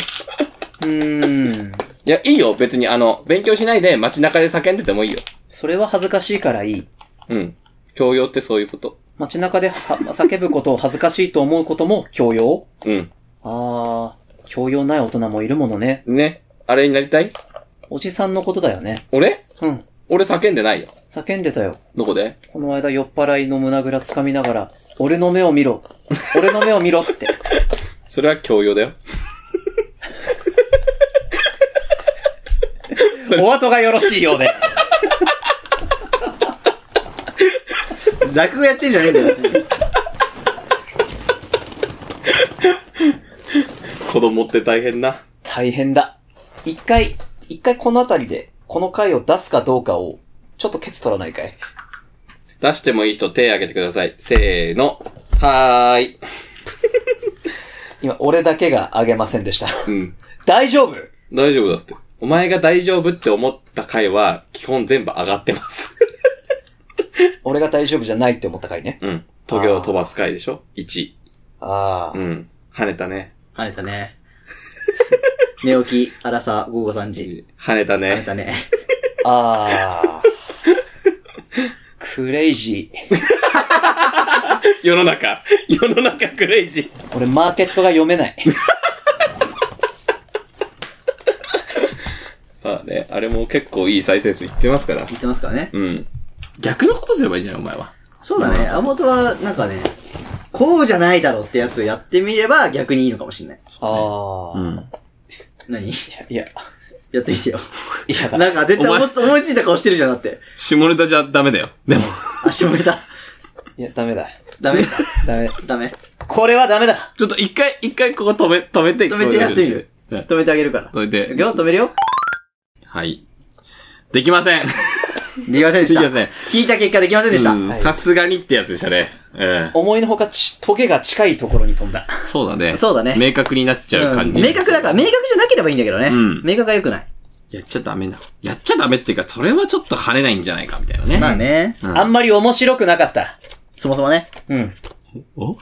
Speaker 2: うーん。
Speaker 3: いや、いいよ。別に、あの、勉強しないで街中で叫んでてもいいよ。
Speaker 2: それは恥ずかしいからいい。
Speaker 3: うん。教養ってそういうこと。
Speaker 2: 街中では叫ぶことを恥ずかしいと思うことも教養
Speaker 3: うん。
Speaker 2: あー、教養ない大人もいるものね。
Speaker 3: ね。あれになりたい
Speaker 2: おじさんのことだよね。
Speaker 3: 俺
Speaker 2: うん。
Speaker 3: 俺叫んでないよ。
Speaker 2: 叫んでたよ。
Speaker 3: どこで
Speaker 2: この間酔っ払いの胸ぐら掴みながら、俺の目を見ろ。俺の目を見ろって。
Speaker 3: それは教養だよ。
Speaker 2: お後がよろしいようで。
Speaker 1: 落語やってんじゃねえんだよ別に。
Speaker 3: 子供って大変な。
Speaker 2: 大変だ。一回、一回この辺りで、この回を出すかどうかを、ちょっとケツ取らないかい。
Speaker 3: 出してもいい人手挙げてください。せーの。はーい。
Speaker 2: 今、俺だけがあげませんでした。
Speaker 3: うん。
Speaker 2: 大丈夫
Speaker 3: 大丈夫だって。お前が大丈夫って思った回は、基本全部上がってます。
Speaker 2: 俺が大丈夫じゃないって思った回ね。
Speaker 3: うん。トゲを飛ばす回でしょ ?1。
Speaker 2: あ
Speaker 3: う
Speaker 2: ー。
Speaker 3: ん。跳ねたね。
Speaker 1: 跳ねたね。寝起き、荒さ、午後3時。
Speaker 3: 跳ねた
Speaker 1: 跳ね
Speaker 3: ね。
Speaker 1: たね。
Speaker 2: あー。クレイジー。
Speaker 3: 世の中。世の中クレイジー。
Speaker 2: 俺、マーケットが読めない。
Speaker 3: まあね、あれも結構いい再生数いってますから。
Speaker 1: 言ってますからね。
Speaker 3: うん。逆のことすればいいんじゃないお前は。
Speaker 1: そうだね。あもとは、なんかね、こうじゃないだろってやつやってみれば逆にいいのかもしれない。
Speaker 2: あー。
Speaker 3: ん。
Speaker 1: 何
Speaker 2: いや、
Speaker 1: やってみてよ。
Speaker 2: いやだ。
Speaker 1: なんか絶対思い
Speaker 3: お
Speaker 1: 思いついた顔してるじゃん、だって。
Speaker 3: 下ネタじゃダメだよ。でも。
Speaker 1: あ、絞れた。
Speaker 2: いや、ダメだ。
Speaker 1: ダメだ。
Speaker 2: ダメ。
Speaker 1: ダメ。
Speaker 2: これはダメだ
Speaker 3: ちょっと一回、一回ここ止め、止めて。
Speaker 1: 止めてやってみる。
Speaker 3: うん
Speaker 1: 止めてあげるから。
Speaker 3: 止めて
Speaker 1: いくよ、止めるよ。
Speaker 3: はい。できません。
Speaker 1: できませんでした。
Speaker 3: できません
Speaker 1: 聞いた結果できませんでした。
Speaker 3: うんさすがにってやつでしたね。うん。
Speaker 2: 思いのほかち、トゲが近いところに飛んだ。
Speaker 3: そうだね。
Speaker 1: そうだね
Speaker 3: 明確になっちゃう感じ。
Speaker 1: うん明確だから、明確じゃなければいいんだけどね。
Speaker 3: ん
Speaker 1: 明確が良くない。
Speaker 3: やっちゃダメな。やっちゃダメっていうか、それはちょっと跳ねないんじゃないか、みたいなね。
Speaker 1: まあね。
Speaker 3: うん
Speaker 2: あんまり面白くなかった。
Speaker 1: そもそもね。
Speaker 2: うん。
Speaker 3: お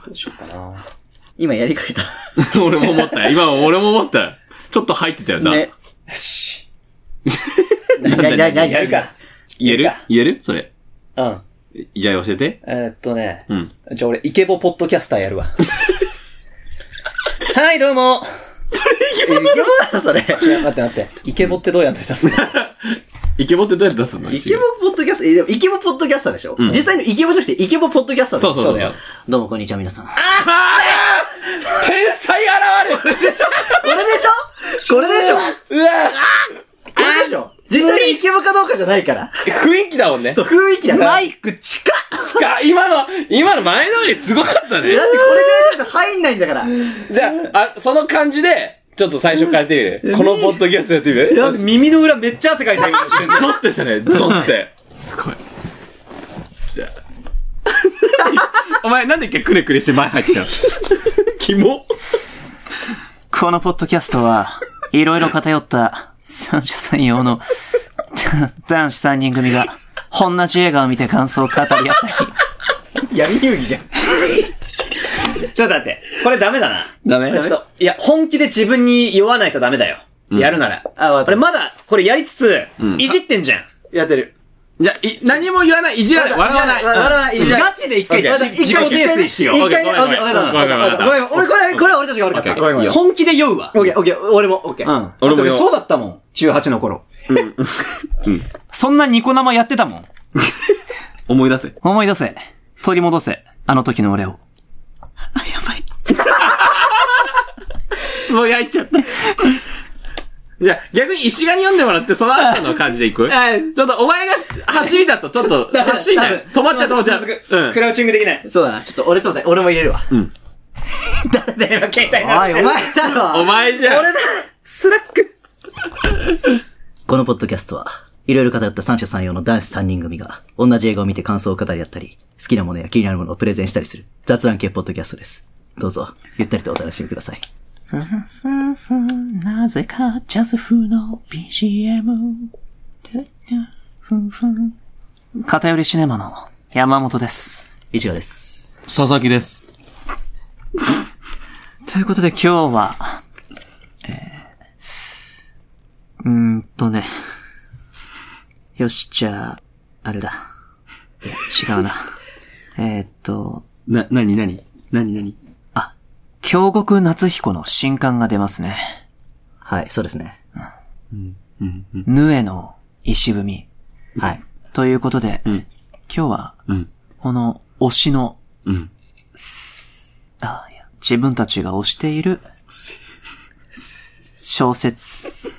Speaker 1: 今やりかけた。
Speaker 3: 俺も思ったよ。今、俺も思ったよ。ちょっと入ってたよな。
Speaker 1: ね。
Speaker 2: よし。
Speaker 1: な、な、な、な、
Speaker 2: やるか。
Speaker 3: 言え
Speaker 2: いい
Speaker 3: る
Speaker 2: か
Speaker 3: 言えるそれ。
Speaker 2: うん。
Speaker 3: じゃあ教えて。
Speaker 2: えーっとね。
Speaker 3: うん。
Speaker 2: じゃあ俺、イケボポッドキャスターやるわ。 はい、どうも。
Speaker 1: え、イケボなのそれ。
Speaker 2: いや、待って待って。イケボってどうやって出すの
Speaker 3: イケボってどうやって出すの
Speaker 1: イケボポッドキャスト、え、でもイケボポッドキャスターでしょ、
Speaker 3: ん
Speaker 1: 実際のイケボじゃなくてイケボポッドキャスターだ
Speaker 3: そうそうそう
Speaker 1: だよ。どうもこんにちは皆さん。こ
Speaker 3: 天才現れるでしょ
Speaker 1: れでしょこれでしょ
Speaker 3: うわ
Speaker 1: じゃないから。
Speaker 3: 雰囲気だもんね
Speaker 1: そ。う、雰囲気だから。マイク近っ
Speaker 3: か今の、今の前のよりすごかった
Speaker 1: だっ。てこ
Speaker 3: ね
Speaker 1: れぐらいだと入んないんだから。
Speaker 3: じゃあ、あ、その感じで、ちょっと最初からやってみる。このポッドキャストやってみる。
Speaker 2: だって耳の裏めっちゃ汗かいてるかもしれない。
Speaker 3: ゾッとしたね、ゾッて。すごい。じゃあ。お前なんで一回くねくねして前入ってたのキモ
Speaker 2: このポッドキャストは、いろいろ偏った三者三様の男子三人組が、ほんな映画を見て感想を語り合 ったり。
Speaker 1: 闇遊戯じゃん。
Speaker 2: ちょっと待って、これダメだな。
Speaker 3: ダメ
Speaker 2: ちょっと、いや、本気で自分に酔わないとダメだよ。やるなら。
Speaker 1: あわかった
Speaker 2: 俺まだ、これやりつつ、いじってんじゃん。
Speaker 1: やってる。
Speaker 3: じゃあ、い何も言わない、いじらない、笑わない。
Speaker 1: 笑わない。いじらない
Speaker 2: ガチで一回
Speaker 3: OK
Speaker 2: 自自己泥酔しよ
Speaker 1: 一
Speaker 2: う。
Speaker 1: 回ね、
Speaker 3: OK ごめんごめ
Speaker 1: あ
Speaker 3: ん
Speaker 1: ごめんごめんごめ
Speaker 3: うん
Speaker 1: んごめん。俺、これ、これは俺たちが悪かった。
Speaker 3: OK
Speaker 1: ごめんごめん。
Speaker 2: 本気で酔うわ。
Speaker 1: オッケー、オッケー、俺も、オッケ
Speaker 2: う
Speaker 1: ー。
Speaker 2: ん。
Speaker 3: 俺も酔う
Speaker 2: だってそうだったもん。18の頃。 そんなニコ生やってたもん。
Speaker 3: 思い出せ。
Speaker 2: 思い出せ。取り戻せ。あの時の俺 を。
Speaker 3: そう焼いちゃった。じゃあ、逆に石に読んでもらって、その後の感じでいくち
Speaker 2: はい
Speaker 3: ょっと、お前が走りだと、ちょっと、走りだよ。止まっちゃう、止まっ ちゃう。うん。
Speaker 2: クラウチングできない。
Speaker 1: そうだな。ちょっと俺、ちょっと待って俺も入れるわ。
Speaker 2: 誰だよ、今携帯
Speaker 1: お、
Speaker 2: ない
Speaker 1: お前だろ
Speaker 3: お前じゃん。
Speaker 2: スラック。
Speaker 1: このポッドキャストは、いろいろ偏った三者三様の男子三人組が、同じ映画を見て感想を語り合ったり、好きなものや気になるものをプレゼンしたりする、雑談系ポッドキャストです。どうぞ、ゆったりとお楽しみください。
Speaker 2: なぜかジャズ風の BGM。偏りシネマの山本です。
Speaker 1: 市川です。
Speaker 3: 佐々木です。
Speaker 2: ということで今日は、えー、うーんとね。よし、じゃあ、あれだ。いや 違うな。えーっと、
Speaker 3: な、なになになになに
Speaker 2: 京極夏彦の新刊が出ますね。
Speaker 1: はい、そうですね。
Speaker 2: ヌエの石踏み。
Speaker 1: はい。
Speaker 2: ということで、今日は、
Speaker 3: うん。
Speaker 2: この推しの、
Speaker 3: うん。
Speaker 2: あいや自分たちが推している小説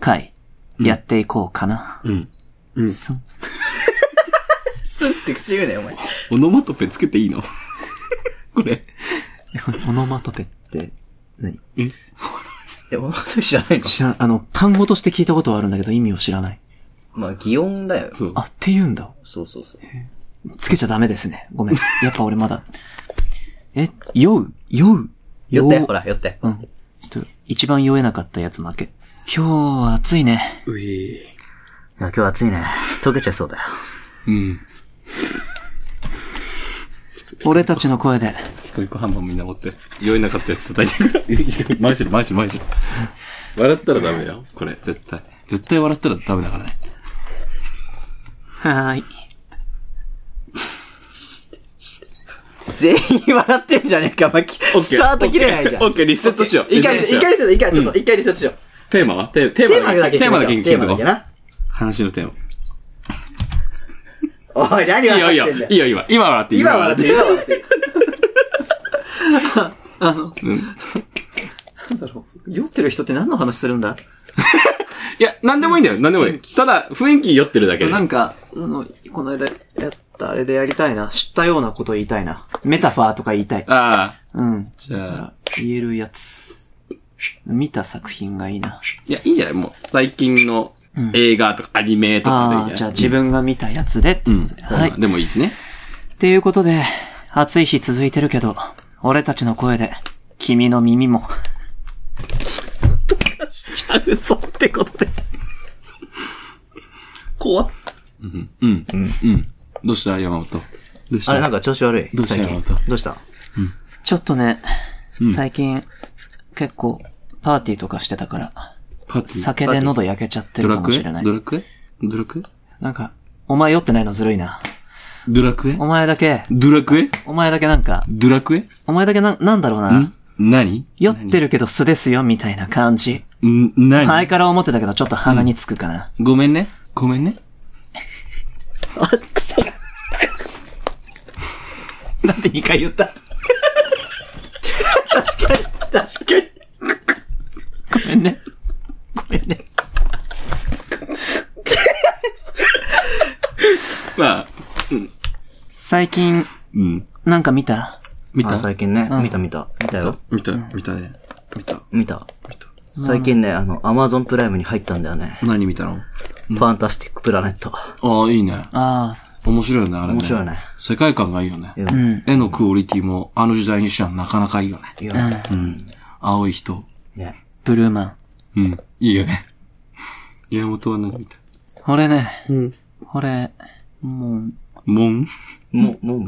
Speaker 2: 会やっていこうかな。
Speaker 3: うん。
Speaker 2: そ
Speaker 1: すって口言うね、お前。
Speaker 3: オノマトペつけていいのこれ。
Speaker 2: オノマトペって何、
Speaker 1: え、お前それ知らない の
Speaker 2: 知らん、あの、単語として聞いたことはあるんだけど意味を知らない。
Speaker 1: まあ、擬音だよ。
Speaker 3: そう
Speaker 2: あ、って言うんだ。
Speaker 1: そうそうそう。
Speaker 2: つけちゃダメですね。ごめん。やっぱ俺まだ。え、酔う酔う
Speaker 1: 寄
Speaker 2: 酔
Speaker 1: って、
Speaker 2: う
Speaker 1: ほら、寄って。
Speaker 2: うん。ちょっと、一番酔えなかったやつ負け。今日は暑いね。
Speaker 3: うい
Speaker 1: いや、今日暑いね。溶けちゃいそうだよ。
Speaker 3: うん。
Speaker 2: 俺たちの声で。
Speaker 3: 一個一個ハンマーみんな持って、酔えなかったやつ叩いてく る。前しろ前しろ前しろ。笑ったらダメだよ。これ、絶対。絶対笑ったらダメだからね。
Speaker 2: はーい。
Speaker 1: 全員笑ってんじゃねえか、まき。
Speaker 3: オッケー
Speaker 1: スタート切れないじゃん。
Speaker 3: オッケーオッケーリセットしよう
Speaker 1: 一回、
Speaker 3: リセ
Speaker 1: 一
Speaker 3: ット
Speaker 1: 回
Speaker 3: しよう
Speaker 1: リセット、一回、ちょっと、一回リセットしよう。
Speaker 3: テーマはテテー
Speaker 1: テー
Speaker 3: マ
Speaker 1: マだけ
Speaker 3: テーマだけ
Speaker 1: テ
Speaker 3: 聞
Speaker 1: ーマだ
Speaker 3: い
Speaker 1: け
Speaker 3: てこう。
Speaker 1: な。
Speaker 3: 話のテーマ。
Speaker 1: おい、何
Speaker 3: いいよいい
Speaker 1: 笑っ
Speaker 3: よ
Speaker 1: てんだ。よ
Speaker 3: いい。よ今。今笑っていい。
Speaker 1: 今笑って、今笑って。
Speaker 2: 酔ってる人って何の話するんだ
Speaker 3: いや、なんでもいいんだよ。なんでもいい。ただ、雰囲気酔ってるだけで。
Speaker 2: なんか、あの、この間やったあれでやりたいな。知ったようなこと言いたいな。メタファーとか言いたい。
Speaker 3: ああ。
Speaker 2: うん。
Speaker 3: じゃあ。
Speaker 2: 言えるやつ。見た作品がいいな。
Speaker 3: いや、いいんじゃないもう、最近の映画とかアニメとかでいい
Speaker 2: あ
Speaker 3: ん
Speaker 2: あ、
Speaker 3: じ
Speaker 2: じゃ
Speaker 3: ゃ
Speaker 2: あ
Speaker 3: ない
Speaker 2: 自分が見たやつでって
Speaker 3: う
Speaker 2: こ
Speaker 3: ん
Speaker 2: とで。はい。
Speaker 3: でもいいしね。
Speaker 2: っていうことで、暑い日続いてるけど、俺たちの声で、君の耳も。
Speaker 1: ちゃ嘘ってことで。怖っ。
Speaker 3: うん。うん。どうした山本。どうした
Speaker 1: あれ、なんか調子悪い。
Speaker 3: どうした
Speaker 1: 最近
Speaker 3: また
Speaker 1: どうした
Speaker 2: ちょっとね、最近、結構、パーティーとかしてたから、
Speaker 3: パーティー
Speaker 2: 酒で喉焼けちゃって
Speaker 3: ド
Speaker 2: るか
Speaker 3: ラ
Speaker 2: も
Speaker 3: ク
Speaker 2: し
Speaker 3: エ
Speaker 2: れない
Speaker 3: ド。ラクエドラクエ
Speaker 2: なんか、お前酔ってないのずるいな。
Speaker 3: ドラクエ
Speaker 2: お前だけ、
Speaker 3: ドラクエ
Speaker 2: お前だけなんか、
Speaker 3: ドラクエ
Speaker 2: お前だけな、なんだろうな。
Speaker 3: ん何
Speaker 2: 酔ってるけど素ですよ、みたいな感じ。
Speaker 3: ん何、
Speaker 2: 前から思ってたけど、ちょっと鼻につくかな。
Speaker 3: ごめんね。ごめんね。
Speaker 1: あ、くそ。
Speaker 2: なんで2回言った
Speaker 1: 確かに。
Speaker 2: ごめんね。ごめんね。
Speaker 3: まあ、
Speaker 2: 最近、
Speaker 3: うん。
Speaker 2: なんか見た
Speaker 3: 見
Speaker 1: あ
Speaker 3: た
Speaker 1: 最近ね、
Speaker 2: うん
Speaker 1: 見た見た。見たよ。
Speaker 3: 見た見たね。見た。
Speaker 1: 見た。最近ね、あの、アマゾンプライムに入ったんだよね。
Speaker 3: 何見たの
Speaker 1: ファンタスティックプラネット。
Speaker 3: ああ、いいね。
Speaker 2: あ
Speaker 3: 面白いよね、あれね。
Speaker 1: 面白いね。
Speaker 3: 世界観がいいよね。
Speaker 1: ん
Speaker 3: 絵のクオリティもあの時代にしてはなかなかいいよね。
Speaker 1: いや、
Speaker 3: 青い人。
Speaker 1: ね。
Speaker 2: あ、ブルーマン。
Speaker 3: うん。いいよね。山本は何見た
Speaker 2: 俺ね、俺、も
Speaker 3: もん
Speaker 1: も、もう、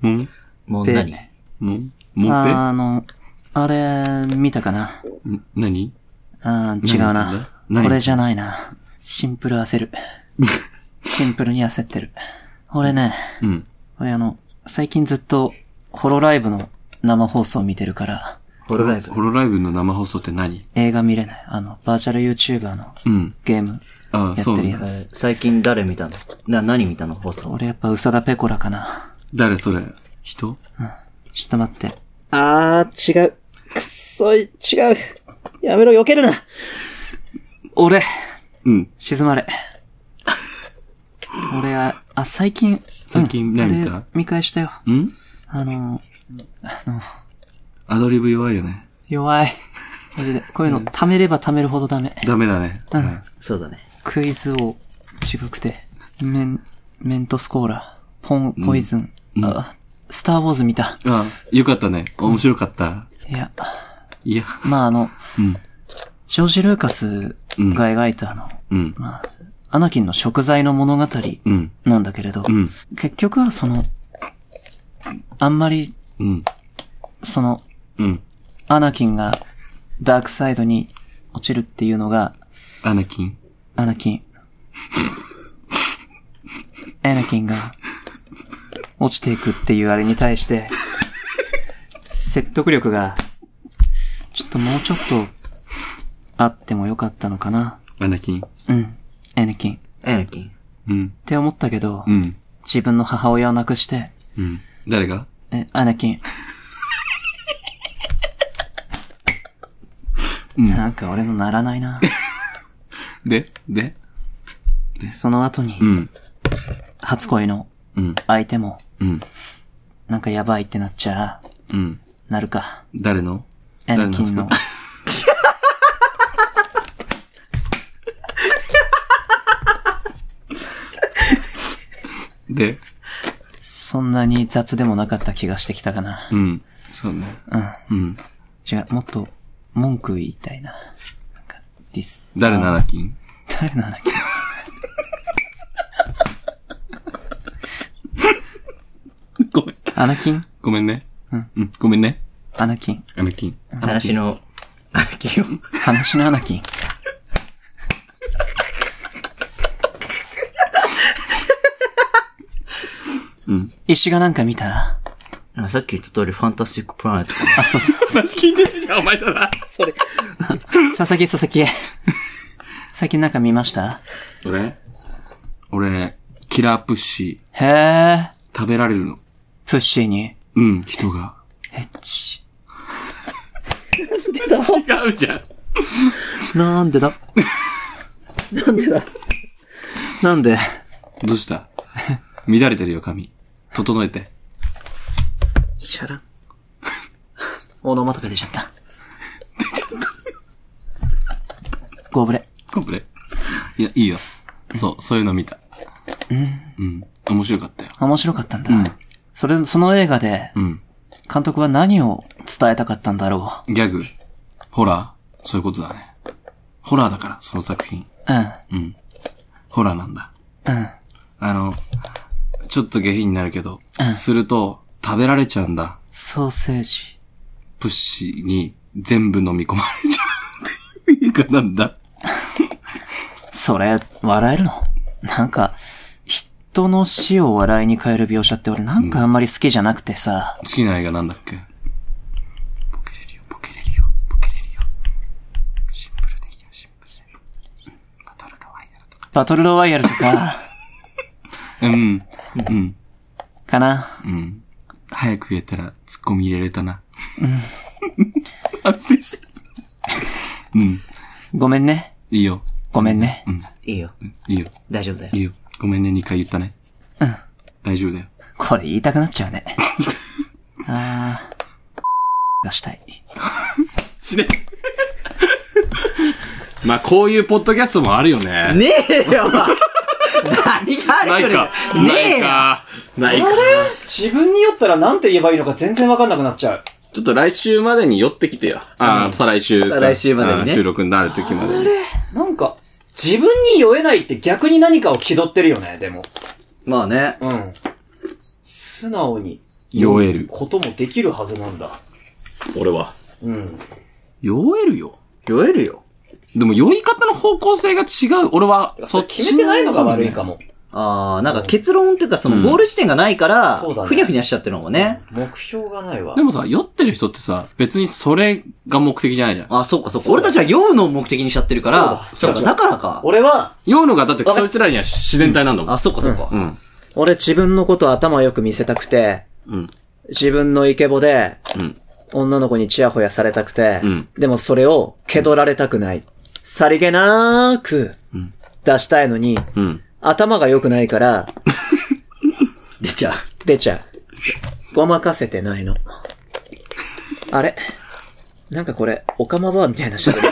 Speaker 3: もん
Speaker 1: もう何
Speaker 2: で
Speaker 3: もん
Speaker 2: う、
Speaker 3: もんぺ
Speaker 2: あの、あれ、見たかなん
Speaker 3: 何
Speaker 2: あー違う
Speaker 3: 何見たんだ
Speaker 2: な。
Speaker 3: 何
Speaker 2: これじゃないな。シンプル 焦る。シンプルに焦ってる。俺ね、
Speaker 3: うん。
Speaker 2: 俺あの、最近ずっと、ホロライブの生放送見てるから、
Speaker 1: ホロライブ。
Speaker 3: ホロライブの生放送って何
Speaker 2: 映画見れない。あの、バーチャル YouTuber の
Speaker 3: うん。
Speaker 2: ゲーム。
Speaker 3: ああ、
Speaker 2: やっ
Speaker 3: そう
Speaker 2: てる
Speaker 3: な
Speaker 2: や
Speaker 3: ん
Speaker 2: つ
Speaker 3: だ。
Speaker 1: えー最近誰見たのな、何見たの放送。
Speaker 2: 俺やっぱ、宇佐田ペコラかな。
Speaker 3: 誰それ人
Speaker 2: ちょっと待って。
Speaker 4: あー、違う。くっそい、違う。やめろ、避けるな。
Speaker 2: 俺、
Speaker 3: うん。
Speaker 2: 静まれ。俺は、あ、最近、
Speaker 3: 最近
Speaker 2: うん
Speaker 3: 何見た
Speaker 2: あれ見返したよ。
Speaker 3: ん
Speaker 2: あの、
Speaker 3: アドリブ弱いよね。
Speaker 2: 弱い。マジでこういうの、溜めれば溜めるほどダメ。
Speaker 3: ダメだね。
Speaker 2: うん。
Speaker 1: そうだね。
Speaker 2: クイズ王、違くて。メン、メントスコーラ、ポン、ポイズン、あ、スターウォーズ見た。
Speaker 3: ああ、よかったね。面白かった。
Speaker 2: いや、
Speaker 3: いや、
Speaker 2: まああの、
Speaker 3: ん
Speaker 2: ジョージ・ルーカスが描いたあの、
Speaker 3: うん。
Speaker 2: まあ、アナキンの食材の物語
Speaker 3: うん。
Speaker 2: なんだけれど、
Speaker 3: うん。
Speaker 2: 結局はその、あんまり、
Speaker 3: うん。
Speaker 2: その、
Speaker 3: うん。
Speaker 2: アナキンがダークサイドに落ちるっていうのが、
Speaker 3: アナキン。
Speaker 2: アナキン。 アナキンが落ちていくっていうあれに対して、説得力が、ちょっともうちょっとあってもよかったのかな。
Speaker 3: アナキン。
Speaker 2: うん。アナキン。っ
Speaker 1: エナキン。
Speaker 3: うん。
Speaker 2: て思ったけど、
Speaker 3: うん。
Speaker 2: 自分の母親を亡くして、
Speaker 3: うん。誰が
Speaker 2: え、アナキン。なんか俺のならない な。
Speaker 3: でで
Speaker 2: その後に
Speaker 3: う、ん。
Speaker 2: 初恋の
Speaker 3: うん。
Speaker 2: 相手も、
Speaker 3: うん。
Speaker 2: なんかやばいってなっちゃ、
Speaker 3: うん。
Speaker 2: なるか。
Speaker 3: 誰の
Speaker 2: ア
Speaker 3: 誰
Speaker 2: ナ
Speaker 3: の
Speaker 2: キ
Speaker 3: 初
Speaker 2: ン
Speaker 3: 恋
Speaker 2: の。
Speaker 3: で
Speaker 2: そんなに雑でもなかった気がしてきたかな。
Speaker 3: うん。そうね。うん。うん。
Speaker 2: 違う、もっと、文句言いたいな。なんか、ディス。
Speaker 3: 誰のアナキン
Speaker 2: 誰のアナキン
Speaker 3: ごめん。
Speaker 2: アナキン
Speaker 3: ごめんね。うん。ごめんね。
Speaker 2: アナキン。
Speaker 3: アナキン。
Speaker 1: 話の、アナキンを。
Speaker 2: 話のアナキン。石がなんか見た
Speaker 1: あさっき言った通り、ファンタスティックプラネット。
Speaker 2: あ、そうそう。
Speaker 3: 話聞いてるじゃん、お前ただ。
Speaker 4: それ、
Speaker 2: 佐々木佐々木。最近なんか見ました
Speaker 3: 俺俺、キラープッシー、
Speaker 2: へえ。
Speaker 3: 食べられるの。
Speaker 2: プッシーに。
Speaker 3: うん、人が。
Speaker 2: ヘッチ。
Speaker 3: 違うじゃん。
Speaker 2: なんでだなんでだ
Speaker 3: どうした 乱れてるよ、髪。整えて。
Speaker 2: シャラン。オノマトペ出ちゃった。出ちゃった。ゴーブレ。
Speaker 3: コンプレ。いや、いいよ。そう、そういうの見た。うん。面白かったよ。
Speaker 2: 面白かったんだ。それ、その映画で、
Speaker 3: うん。
Speaker 2: 監督は何を伝えたかったんだろ
Speaker 3: ギャグ、ホラー、そういうことだね。ホラーだから、その作品。
Speaker 2: う。うん。
Speaker 3: ホラーなんだ。
Speaker 2: うん。
Speaker 3: あの、ちょっと下品になるけど、すると、食べられちゃうんだ。
Speaker 2: ソーセージ。
Speaker 3: プッシーに全部飲み込まれちゃうっていう映画なんだ。
Speaker 2: それ、笑えるのなんか、人の死を笑いに変える描写って俺なんかあんまり好きじゃなくてさ。
Speaker 3: 好きな映画なんだっけボケれるよ、ボケれるよ、ボケれるよ。シンプルでいいよ、シンプルで。バトルロワイヤルとか。
Speaker 2: バトルロワイヤルと か、
Speaker 3: うん、うん、
Speaker 2: かな。
Speaker 3: うん。早く言えたら、ツッコミ入れれたな。うん。反省した。うん。
Speaker 2: ごめんね。
Speaker 3: いいよ。
Speaker 2: ごめんね。
Speaker 1: いいよ。
Speaker 3: いいよ。
Speaker 1: 大丈夫だよ
Speaker 3: い。いよ。ごめんね、2回言ったね。大丈夫だよ。
Speaker 5: これ言いたくなっちゃうね。あー、がしたい。
Speaker 3: しね。 まあ、こういうポッドキャストもあるよね。
Speaker 1: ねえよ何があ
Speaker 3: な
Speaker 1: る
Speaker 3: い
Speaker 1: よ
Speaker 3: か。
Speaker 1: ね
Speaker 3: ない
Speaker 1: えよ
Speaker 3: か。ないか。
Speaker 6: 自分に酔ったら何て言えばいいのか全然わかんなくなっちゃう。
Speaker 3: ちょっと来週までに寄ってきてよ。ああ、再来週か。
Speaker 1: 再来週までにね
Speaker 3: あー収録になる時までに。
Speaker 6: なんか、自分に酔えないって逆に何かを気取ってるよね、でも。
Speaker 1: まあね。
Speaker 6: うん。素直に
Speaker 3: 酔える。
Speaker 6: こともできるはずなんだ。
Speaker 3: 俺は。
Speaker 6: うん。
Speaker 3: 酔えるよ。
Speaker 1: 酔えるよ。
Speaker 3: でも酔い方の方向性が違う。俺は、そっち
Speaker 6: 決めてないのが悪いかも。
Speaker 1: ああ、なんか結論っていうかそのゴール地点がないから
Speaker 6: そうだ、ね
Speaker 1: ふにゃふにゃしちゃってるのもね。
Speaker 6: 目標がないわ
Speaker 3: で。もさ、酔ってる人ってさ、別にそれが目的じゃないじゃん。
Speaker 1: ああ、そうかそうか。俺たちは酔うのを目的にしちゃってるから、
Speaker 6: そうだ
Speaker 1: そうかだからか。
Speaker 6: 俺は、
Speaker 3: 酔うのが、だってそいつらには自然体なんだもん
Speaker 1: あ、。そうかそうか。
Speaker 3: うん。
Speaker 2: 俺自分のこと頭よく見せたくて、
Speaker 3: うん。
Speaker 2: 自分のイケボで、
Speaker 3: うん。
Speaker 2: 女の子にチヤホヤされたくて、
Speaker 3: うん
Speaker 2: でもそれを蹴取られたくない。さりげなーく、出したいのに、
Speaker 3: うん。
Speaker 2: 頭が良くないから、
Speaker 1: で、じゃあ、
Speaker 2: 出ちゃう。ごまかせてないの。あれなんかこれ、オカマバーみたいな喋り。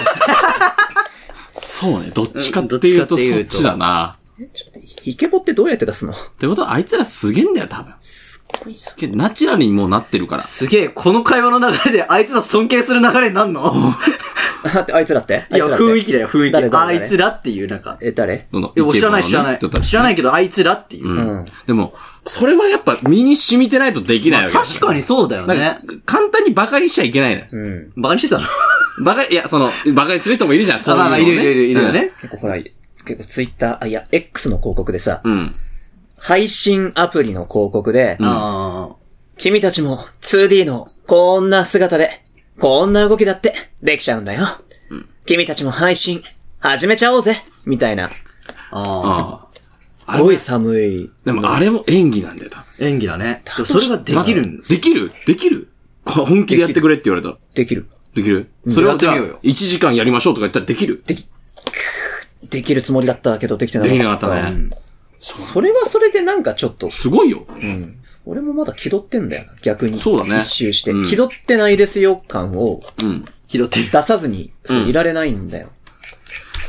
Speaker 3: そうね。どっちかっていうと、
Speaker 1: うんどっちかって
Speaker 3: そっ
Speaker 1: いうと
Speaker 3: ちだな。
Speaker 2: ちょっとイケボってどうやって出すの
Speaker 3: ってことは、あいつらすげえんだよ、多分。すごい。すげえ。ナチュラルにもうなってるから。
Speaker 1: すげえ、この会話の流れであいつら尊敬する流れになんの
Speaker 2: あって、あいつらって
Speaker 1: いや、雰囲気だよ、雰囲気。
Speaker 2: 誰誰
Speaker 1: あ
Speaker 2: 誰
Speaker 1: いつらっていう、なんか。
Speaker 2: え、誰
Speaker 3: どの
Speaker 1: いや、知らない、
Speaker 3: イ
Speaker 1: 知
Speaker 3: ケボ
Speaker 1: ら
Speaker 3: の
Speaker 1: な
Speaker 3: ね
Speaker 1: い
Speaker 3: 人た。ち
Speaker 1: 知らないけど、あいつらっていう。
Speaker 2: うん。
Speaker 3: でも、それはやっぱ身に染みてないとできないわけだ
Speaker 1: 確かにそうだよね。
Speaker 3: 簡単に馬鹿にしちゃいけないのよ。
Speaker 2: うん。
Speaker 1: バカにしてたの
Speaker 3: 馬鹿、いや、その、馬鹿にする人もいるじゃん、そう
Speaker 1: あ、
Speaker 3: いうの
Speaker 1: まあ
Speaker 3: を
Speaker 1: まあ、
Speaker 3: ね
Speaker 1: いるいるいるいるよ。ね。
Speaker 2: 結構ほら、結構ツイッター、あ、いや、X の広告でさ、
Speaker 3: うんうん。
Speaker 2: 配信アプリの広告で、
Speaker 1: ああ。
Speaker 2: 君たちも 2D のこんな姿で、こんな動きだってできちゃうんだよ。君たちも配信始めちゃおうぜみたいな。
Speaker 1: ああ。
Speaker 3: ああ。
Speaker 2: すごい寒い。
Speaker 3: でもあれも演技なんだよ、多分
Speaker 1: 演技だね。でもそれができるんです。
Speaker 3: できるできるこ本気でやってくれって言われたら。
Speaker 2: できる。
Speaker 3: できるそれをじゃあ、
Speaker 1: やってみようよ
Speaker 3: 1時間やりましょうとか言ったらできるで
Speaker 2: できるつもりだったけどできてなかった。
Speaker 3: きなかったね。
Speaker 2: それはそれでなんかちょっと、
Speaker 3: すごいよ。
Speaker 2: 俺もまだ気取ってんだよな。逆に。
Speaker 3: そうだね
Speaker 2: 一周して、
Speaker 3: うん
Speaker 2: 気取ってないですよ感を
Speaker 3: うん。
Speaker 1: 気取ってる。
Speaker 2: 出さずに、そう
Speaker 3: うん
Speaker 2: いられないんだよ。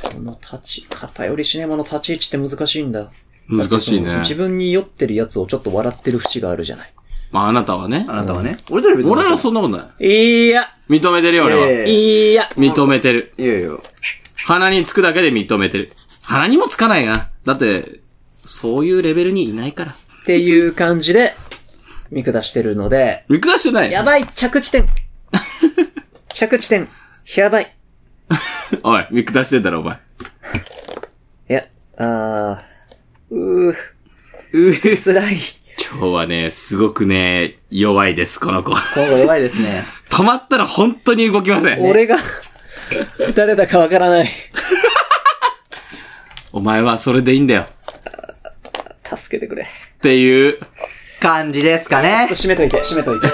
Speaker 2: この立ち、偏りシネマの立ち位置って難しいんだ。
Speaker 3: 難しいね。
Speaker 2: 自分に酔ってるやつをちょっと笑ってる節があるじゃない。
Speaker 3: まあ、あなたはね
Speaker 1: あ。なたはね。俺たち別に。
Speaker 3: 俺はそんなことない
Speaker 2: や、
Speaker 3: い。認めてるよ、俺
Speaker 1: いやいや
Speaker 3: は。
Speaker 1: え
Speaker 2: いや、
Speaker 3: 認めてる。
Speaker 1: いやいや。
Speaker 3: 鼻につくだけで認めてる。鼻にもつかないな。だって、そういうレベルにいないから。
Speaker 2: っていう感じで、見下してるので、
Speaker 3: 見下してない。
Speaker 2: やばい着地 点着地点やばい
Speaker 3: おい、見下してんだろ、お前。
Speaker 2: いや、あー、うー、
Speaker 1: うー、
Speaker 2: 辛い。
Speaker 3: 今日はね、すごくね、弱いです、この子。
Speaker 1: 今後弱いです ね。
Speaker 3: 止まったら本当に動きません。
Speaker 2: 俺が、誰だかわからない。
Speaker 3: お前はそれでいいんだよ。
Speaker 2: 助けてくれ。
Speaker 3: っていう。
Speaker 1: 感じですか
Speaker 2: ちょっ
Speaker 1: ね
Speaker 2: と。閉めといて、閉めといて。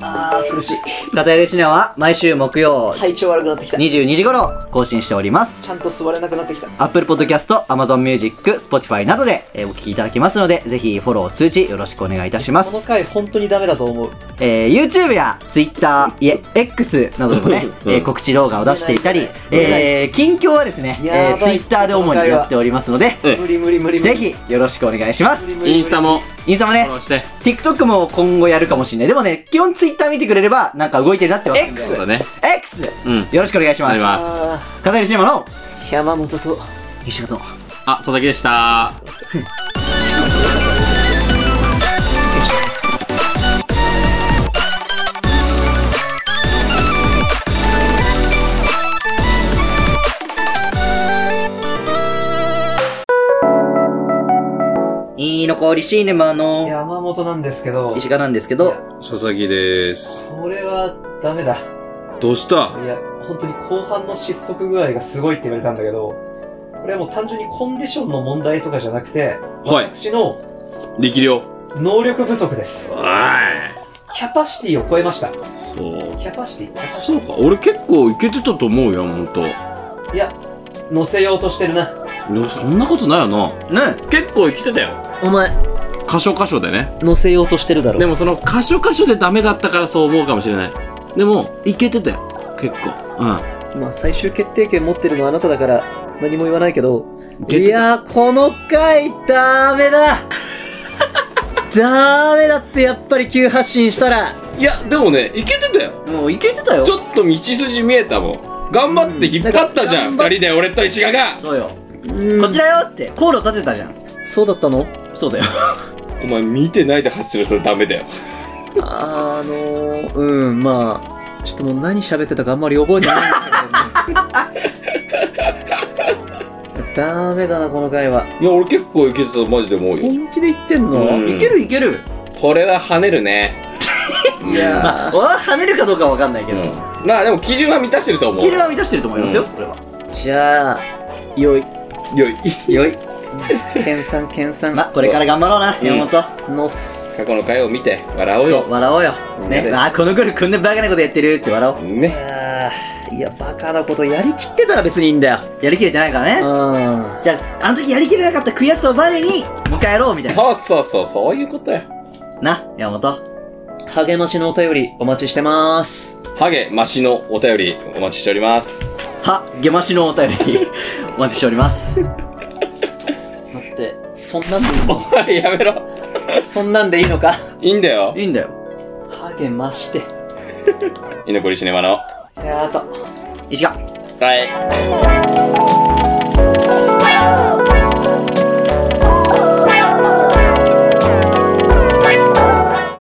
Speaker 2: あー、苦しい。
Speaker 1: 片寄シネマは毎週木曜
Speaker 2: 体調悪くなってきた。ち
Speaker 1: 22時頃更新しております。
Speaker 2: ゃんと座れなくなってきた。
Speaker 1: Apple Podcast、Amazon Music、Spotify などでえーお聞きいただけますので、ぜひフォロー通知よろしくお願いいたしま
Speaker 6: この
Speaker 1: す。
Speaker 6: 回本当にダメだと思う。
Speaker 1: えー YouTube や Twitter、いえ、X などでも ね、えー告知動画を出していたり、えー近況はですね、え
Speaker 6: や
Speaker 1: ー、
Speaker 6: ばい
Speaker 1: Twitter で主にやっておりますので、
Speaker 3: え
Speaker 6: 無理無理無理無理。
Speaker 1: ぜひよろしくお願いします。
Speaker 3: インスタも
Speaker 1: インスタも
Speaker 3: フ
Speaker 1: ね
Speaker 3: ォロ、ーして。
Speaker 1: TikTok も今後やるかもしれない。でもね、基本 Twitter 見てくれれば、なんか動いてるなってますんで。
Speaker 3: そうだね。
Speaker 1: X!
Speaker 3: うん。
Speaker 1: よろしくお願いしま
Speaker 3: あり
Speaker 1: す。
Speaker 3: ます。
Speaker 2: あ
Speaker 1: 片寄シネマの
Speaker 2: ー、山本と、
Speaker 1: 西方。
Speaker 3: あ、佐々木でした。
Speaker 1: いいの香りシネマの
Speaker 6: 山本なんですけど、
Speaker 1: 石川なんですけど、
Speaker 3: 佐々木です。
Speaker 6: それはダメだ。
Speaker 3: どうした
Speaker 6: いや、本当に後半の失速具合がすごいって言われたんだけど、これはもう単純にコンディションの問題とかじゃなくて、
Speaker 3: はい
Speaker 6: 私の
Speaker 3: 力量。
Speaker 6: 能力不足です。
Speaker 3: は
Speaker 6: キャパシティを超えました。
Speaker 3: い。そう。
Speaker 6: キャパシティキャパシ
Speaker 3: そうか。俺結構いけてたと思うよ、ほん
Speaker 6: テ
Speaker 3: と。
Speaker 6: ィいや、乗せようとしてるな。
Speaker 3: いやそんなことないよな。
Speaker 1: ね
Speaker 3: 結構生きてたよ。
Speaker 2: お前、
Speaker 3: 箇所箇所でね。
Speaker 1: 乗せようとしてるだろう。
Speaker 3: でもその箇所箇所でダメだったからそう思うかもしれない。でも、いけてたよ。結構。うん。
Speaker 2: まあ最終決定権持ってるのはあなただから、何も言わないけど。
Speaker 3: ゲット
Speaker 2: いやー、この回、ダメ だダメだって、やっぱり急発進したら。
Speaker 3: いや、でもね、いけてたよ。
Speaker 1: もういけてたよ
Speaker 3: ち。ょっと道筋見えたもん。頑張って引っ張ったじゃん、
Speaker 2: うん
Speaker 3: 二人で俺と石川が。
Speaker 1: そうよ。
Speaker 2: うん
Speaker 1: こちらよって、航路立てたじゃん。
Speaker 2: そうだったの
Speaker 1: そうだよ。
Speaker 3: お前見てないで走るそれダメだよ。
Speaker 2: あのー、うん、まあ、ちょっともう何喋ってたかあんまり覚えてないん だけどね。ダメだな、この回は。
Speaker 3: いや、俺結構いけてたマジでもうよ。
Speaker 2: 本気で言ってんの、
Speaker 3: うん
Speaker 1: いけるいける。
Speaker 3: これは跳ねる ね。
Speaker 2: いや
Speaker 1: わあ、跳ねるかどうかはわかんないけ
Speaker 3: う
Speaker 1: ど。
Speaker 3: ん。まあでも基準は満たしてると思う。
Speaker 1: 基準は満たしてると思いますよ、
Speaker 3: うん
Speaker 1: これは。
Speaker 2: ー、じゃあ、よい。
Speaker 3: よい。
Speaker 1: よい。
Speaker 2: 研鑽、研鑽。
Speaker 1: ま、これから頑張ろうな、
Speaker 3: ん
Speaker 1: 山本。
Speaker 2: のす。
Speaker 3: 過去の回を見て、笑おう
Speaker 1: そう、
Speaker 3: よ。
Speaker 1: 笑おうよ。
Speaker 3: う
Speaker 1: ね。
Speaker 3: ん
Speaker 1: あ、この頃こんなバカなことやってるって笑おう。
Speaker 2: い
Speaker 3: ね。
Speaker 2: やーいや、バカなことやりきってたら別にいいんだよ。
Speaker 1: やりきれてないからね。
Speaker 2: うん。
Speaker 1: じゃあ、あの時やりきれなかった悔しさをバネに、もう一回やろうみたいな。
Speaker 3: そうそうそう、そういうことや。
Speaker 1: な、山本。
Speaker 2: 励ましのお便りお待ちしてます。
Speaker 3: ハゲ、マシのお便りお待ちしております。
Speaker 1: は、ゲマシのお便り、お待ちしております。
Speaker 2: 待って、そんなんでいいの
Speaker 3: やめろ。
Speaker 2: そんなんでいいのか
Speaker 3: いいんだよ
Speaker 1: い。いんだよ。
Speaker 2: 励まして。
Speaker 3: 居残りシネマの。
Speaker 2: やーと。
Speaker 1: 石が。
Speaker 3: はい。